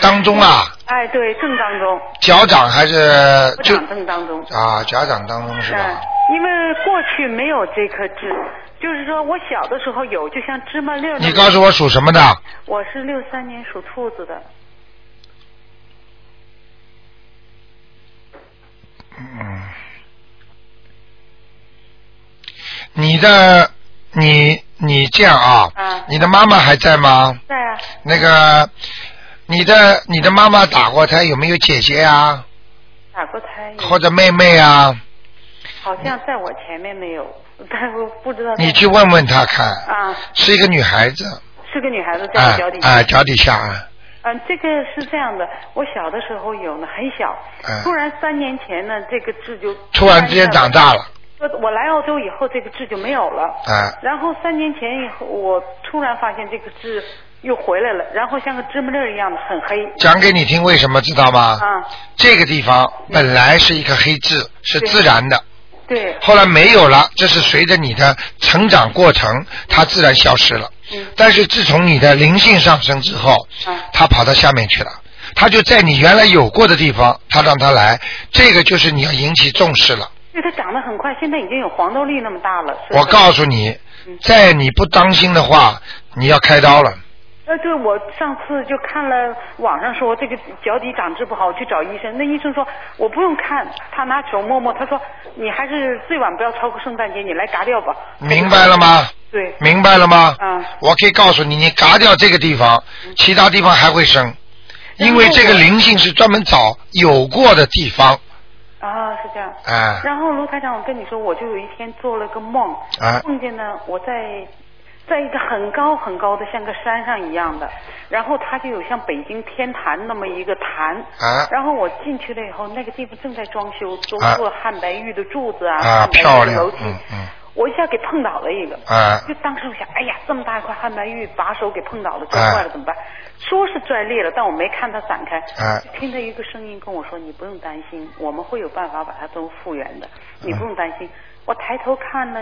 [SPEAKER 1] 当中啊，
[SPEAKER 10] 哎，对，正当中。
[SPEAKER 1] 脚掌还是
[SPEAKER 10] 不
[SPEAKER 1] 就
[SPEAKER 10] 长正当中。
[SPEAKER 1] 啊脚掌当中是吧？
[SPEAKER 10] 嗯，因为过去没有这颗痣，就是说我小的时候有，就像芝麻粒儿那么。
[SPEAKER 1] 你告诉我属什么的？
[SPEAKER 10] 我是六三年属兔子的。
[SPEAKER 1] 嗯，你的你你这样啊，你的妈妈还在吗？
[SPEAKER 10] 在啊。
[SPEAKER 1] 那个，你的你的妈妈打过胎有没有姐姐啊，
[SPEAKER 10] 打过胎，
[SPEAKER 1] 或者妹妹啊？
[SPEAKER 10] 好像在我前面没有，但我不
[SPEAKER 9] 嗯
[SPEAKER 10] 知道。
[SPEAKER 1] 你去问问她看
[SPEAKER 10] 啊，
[SPEAKER 1] 是一个女孩子，
[SPEAKER 10] 是个女孩子，在
[SPEAKER 1] 啊
[SPEAKER 10] 我脚底下。
[SPEAKER 1] 啊，脚底下啊，
[SPEAKER 10] 嗯，这个是这样的，我小的时候有呢，很小
[SPEAKER 1] 嗯，
[SPEAKER 10] 突然三年前呢，这个痣就
[SPEAKER 1] 突然之间长大了
[SPEAKER 10] 我。我来澳洲以后，这个痣就没有了。
[SPEAKER 1] 啊，
[SPEAKER 10] 然后三年前以后，我突然发现这个痣又回来了，然后像个芝麻粒儿一样的，很黑。
[SPEAKER 1] 讲给你听，为什么知道吗？
[SPEAKER 10] 啊，
[SPEAKER 1] 这个地方本来是一颗黑痣，是
[SPEAKER 10] 对
[SPEAKER 1] 自然的，
[SPEAKER 10] 对，
[SPEAKER 1] 后来没有了，这是随着你的成长过程，它自然消失了。
[SPEAKER 10] 嗯
[SPEAKER 1] 但是自从你的灵性上升之后，
[SPEAKER 10] 啊
[SPEAKER 1] 它跑到下面去了，它就在你原来有过的地方，它让它来，这个就是你要引起重视了。
[SPEAKER 10] 因为它长得很快，现在已经有黄豆粒那么大了。是
[SPEAKER 1] 我告诉你，
[SPEAKER 10] 嗯
[SPEAKER 1] 在你不当心的话，你要开刀了。
[SPEAKER 10] 呃，对，我上次就看了网上说这个脚底长痣不好，我去找医生。那医生说我不用看，他拿手摸摸，他说你还是最晚不要超过圣诞节，你来嘎掉吧。
[SPEAKER 1] 明白了吗？
[SPEAKER 10] 对。
[SPEAKER 1] 明白了吗？
[SPEAKER 10] 嗯。
[SPEAKER 1] 我可以告诉你，你嘎掉这个地方，其他地方还会生，因为这个灵性是专门找有过的地方
[SPEAKER 10] 啊，是这样。
[SPEAKER 1] 啊。
[SPEAKER 10] 然后卢台长，我跟你说，我就有一天做了个梦，
[SPEAKER 1] 啊
[SPEAKER 10] 梦见呢我在在一个很高很高的像个山上一样的，然后它就有像北京天坛那么一个坛，
[SPEAKER 1] 啊
[SPEAKER 10] 然后我进去了以后，那个地方正在装修，都
[SPEAKER 1] 啊
[SPEAKER 10] 做汉白玉的柱子啊，
[SPEAKER 1] 啊，
[SPEAKER 10] 汉白玉
[SPEAKER 1] 漂
[SPEAKER 10] 的
[SPEAKER 1] 亮
[SPEAKER 10] 楼，梯，
[SPEAKER 1] 嗯嗯，
[SPEAKER 10] 我一下给碰倒了一个，
[SPEAKER 1] 啊
[SPEAKER 10] 就当时我想，哎呀，这么大一块汉白玉，把手给碰倒了，摔
[SPEAKER 1] 啊
[SPEAKER 10] 坏了怎么办？说是拽裂了，但我没看它散开，
[SPEAKER 1] 啊
[SPEAKER 10] 就听到一个声音跟我说：“你不用担心，我们会有办法把它都复原的，
[SPEAKER 1] 嗯
[SPEAKER 10] 你不用担心。”我抬头看呢，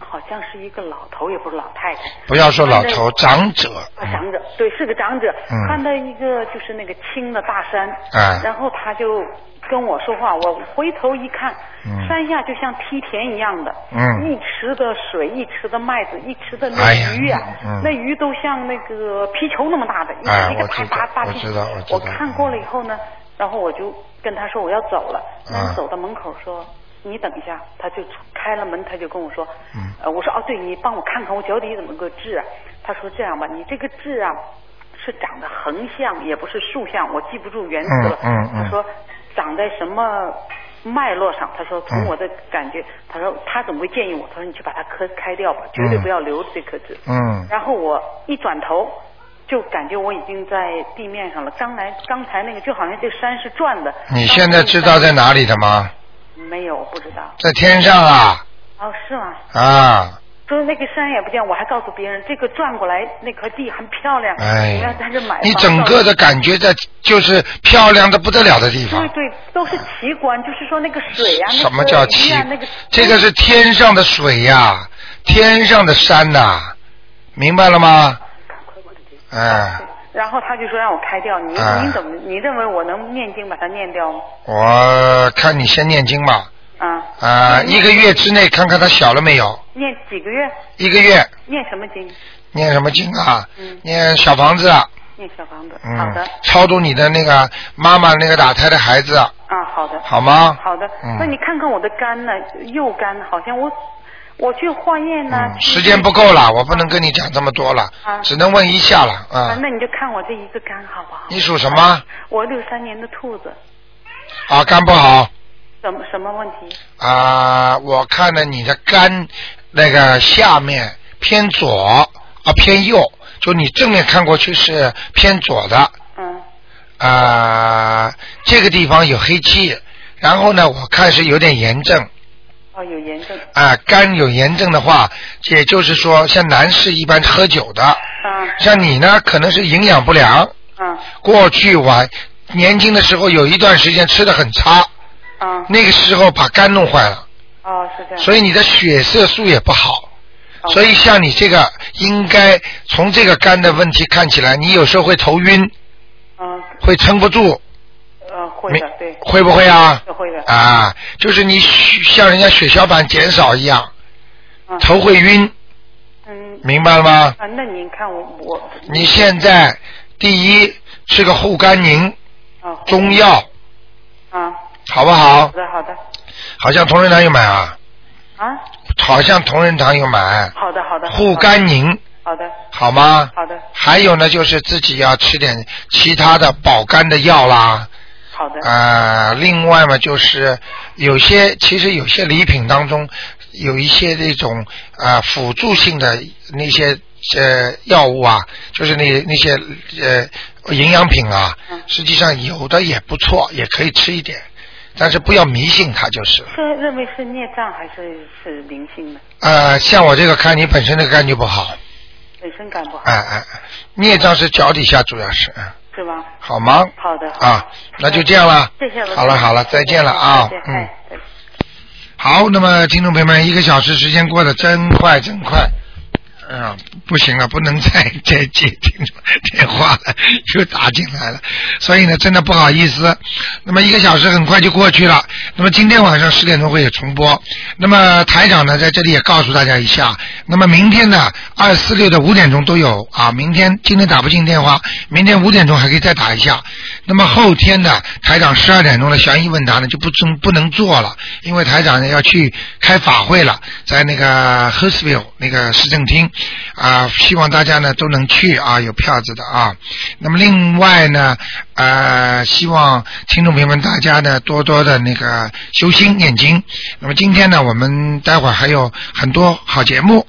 [SPEAKER 10] 好像是一个老头，也不是老太太，
[SPEAKER 1] 不要说老头，
[SPEAKER 10] 看着
[SPEAKER 1] 长者，
[SPEAKER 10] 啊长者，对，是个长者，
[SPEAKER 1] 嗯
[SPEAKER 10] 看到一个就是那个青的大山，
[SPEAKER 1] 哎
[SPEAKER 10] 然后他就跟我说话，我回头一看，
[SPEAKER 1] 嗯
[SPEAKER 10] 山下就像梯田一样的，
[SPEAKER 1] 嗯
[SPEAKER 10] 一池的水，一池的麦子，一池的
[SPEAKER 1] 哎
[SPEAKER 10] 那
[SPEAKER 1] 呀
[SPEAKER 10] 鱼呀、
[SPEAKER 1] 嗯嗯
[SPEAKER 10] 那鱼都像那个皮球那么大的，一
[SPEAKER 1] 哎
[SPEAKER 10] 个一个
[SPEAKER 1] 我知
[SPEAKER 10] 大
[SPEAKER 1] 道
[SPEAKER 10] 大大
[SPEAKER 1] 我
[SPEAKER 10] 皮
[SPEAKER 1] 知
[SPEAKER 10] 球
[SPEAKER 1] 道我知道
[SPEAKER 10] 我看过了以后呢，然后我就跟他说我要走了，然后
[SPEAKER 1] 嗯
[SPEAKER 10] 走到门口说。你等一下，他就出开了门，他就跟我说，
[SPEAKER 1] 嗯
[SPEAKER 10] 呃，我说哦，对你帮我看看我脚底怎么个痣啊？他说这样吧，你这个痣啊是长得横向，也不是竖向，我记不住原词了。
[SPEAKER 11] 嗯嗯嗯
[SPEAKER 10] 他说长在什么脉络上？他说从
[SPEAKER 11] 嗯
[SPEAKER 10] 我的感觉，他说他怎么会建议我？他说你去把它磕开掉吧，绝对
[SPEAKER 1] 嗯
[SPEAKER 10] 不要留这颗痣。
[SPEAKER 1] 嗯
[SPEAKER 10] 然后我一转头。就感觉我已经在地面上了。刚来刚才那个就好像这山是转的。
[SPEAKER 1] 你现在知道在哪里的吗？
[SPEAKER 10] 没有，不知道。
[SPEAKER 1] 在天上啊
[SPEAKER 10] 哦，是吗？
[SPEAKER 1] 啊！
[SPEAKER 10] 说那个山也不见，我还告诉别人，这个转过来那块地很漂亮，
[SPEAKER 1] 哎
[SPEAKER 10] 我要在这买。
[SPEAKER 1] 你整个的感觉在就是漂亮的不得了的地方
[SPEAKER 10] 对。对，都是奇观，就是说那个水呀、那
[SPEAKER 1] 什么
[SPEAKER 10] 个
[SPEAKER 1] 叫
[SPEAKER 10] 鱼
[SPEAKER 1] 奇
[SPEAKER 10] 啊那个？
[SPEAKER 1] 这个是天上的水呀、天上的山呐、明白了吗？哎，
[SPEAKER 10] 然后他就说让我开掉，你
[SPEAKER 1] 哎
[SPEAKER 10] 你怎么你认为我能念经把它念掉吗？
[SPEAKER 1] 我看你先念经吧，
[SPEAKER 10] 啊，
[SPEAKER 1] 啊、一个月之内看看它小了没有？
[SPEAKER 10] 念几个月？
[SPEAKER 1] 一个月
[SPEAKER 10] 念什么经？
[SPEAKER 1] 念什么经啊？念小房子啊，
[SPEAKER 10] 念小房子。嗯好
[SPEAKER 1] 嗯
[SPEAKER 10] 的，，
[SPEAKER 1] 超度你的那个妈妈那个打胎的孩子啊，
[SPEAKER 10] 啊，好的。
[SPEAKER 1] 好吗
[SPEAKER 10] 好的
[SPEAKER 1] 嗯，
[SPEAKER 10] 那你看看我的肝呢？右肝好像我我去化验呢、
[SPEAKER 1] 嗯时间不够了，我不能跟你讲这么多了，
[SPEAKER 10] 啊
[SPEAKER 1] 只能问一下了啊。
[SPEAKER 10] 那你就看我这一个肝好不好？
[SPEAKER 1] 你属什么？
[SPEAKER 10] 我六三年的兔子，
[SPEAKER 1] 啊，肝不好
[SPEAKER 10] 什么什么问题？
[SPEAKER 1] 啊，我看了你的肝那个下面偏左啊偏右，就你正面看过去是偏左的。嗯。啊，这个地方有黑气，然后呢，我看是有点炎症。
[SPEAKER 10] 哦，有炎症。
[SPEAKER 1] 啊，肝有炎症的话，也就是说，像男士一般喝酒的，
[SPEAKER 10] 啊
[SPEAKER 1] 像你呢，可能是营养不良，过去晚年轻的时候有一段时间吃的很差，那个时候把肝弄坏了，
[SPEAKER 10] 啊哦，是这样。
[SPEAKER 1] 所以你的血色素也不好，
[SPEAKER 10] 哦
[SPEAKER 1] 所以像你这个应该从这个肝的问题看起来，你有时候会头晕，会撑不住，
[SPEAKER 10] 嗯呃会
[SPEAKER 1] 没
[SPEAKER 10] 的，对。
[SPEAKER 1] 会不会啊？
[SPEAKER 10] 会的。
[SPEAKER 1] 啊，就是你血像人家血小板减少一样，头会晕，
[SPEAKER 10] 嗯。
[SPEAKER 1] 明白了吗？
[SPEAKER 10] 啊，那您看我我
[SPEAKER 1] 你现在第一吃个护肝宁，中药
[SPEAKER 10] 啊，
[SPEAKER 1] 好不好
[SPEAKER 10] 好？的好的
[SPEAKER 1] 好像同仁堂有买啊，
[SPEAKER 10] 啊，
[SPEAKER 1] 好像同仁堂有买，
[SPEAKER 10] 好的好的。
[SPEAKER 1] 护肝宁
[SPEAKER 10] 好的。
[SPEAKER 1] 好吗？
[SPEAKER 10] 好的。
[SPEAKER 1] 还有呢，就是自己要吃点其他的保肝的药啦。
[SPEAKER 10] 好的。
[SPEAKER 1] 啊、另外嘛，就是有些其实有些礼品当中有一些这种啊、辅助性的那些呃药物啊，就是那那些呃营养品啊，
[SPEAKER 10] 嗯
[SPEAKER 1] 实际上有的也不错，也可以吃一点，但是不要迷信它就是了。
[SPEAKER 10] 这认为是孽障还是是灵性的？
[SPEAKER 1] 呃，像我这个看你本身的肝就不好，
[SPEAKER 10] 本身感不好
[SPEAKER 1] 哎哎，哎孽障是脚底下主要是，嗯
[SPEAKER 10] 是吧？
[SPEAKER 1] 好吗？
[SPEAKER 10] 好的好的
[SPEAKER 1] 啊，那就这样了。
[SPEAKER 10] 谢谢罗先生
[SPEAKER 1] 好了好了，再见了啊
[SPEAKER 10] 再见，
[SPEAKER 1] 嗯。好，那么听众朋友们，一个小时时间过得真快真快，嗯、不行了，不能再 再接听众电话了，又打进来了，所以呢，真的不好意思。那么一个小时很快就过去了，那么今天晚上十点钟会有重播。那么台长呢，在这里也告诉大家一下，那么明天呢，二四六的五点钟都有啊。明天今天打不进电话，明天五点钟还可以再打一下。那么后天呢，台长十二点钟的悬疑问答呢就不中不能做了，因为台长呢要去开法会了，在那个 h e r s v i l l e 那个市政厅啊，希望大家呢都能去啊，有票子的啊。那么另外呢，呃，希望听众朋友们大家呢多多的那个修心念经。那么今天呢，我们待会儿还有很多好节目。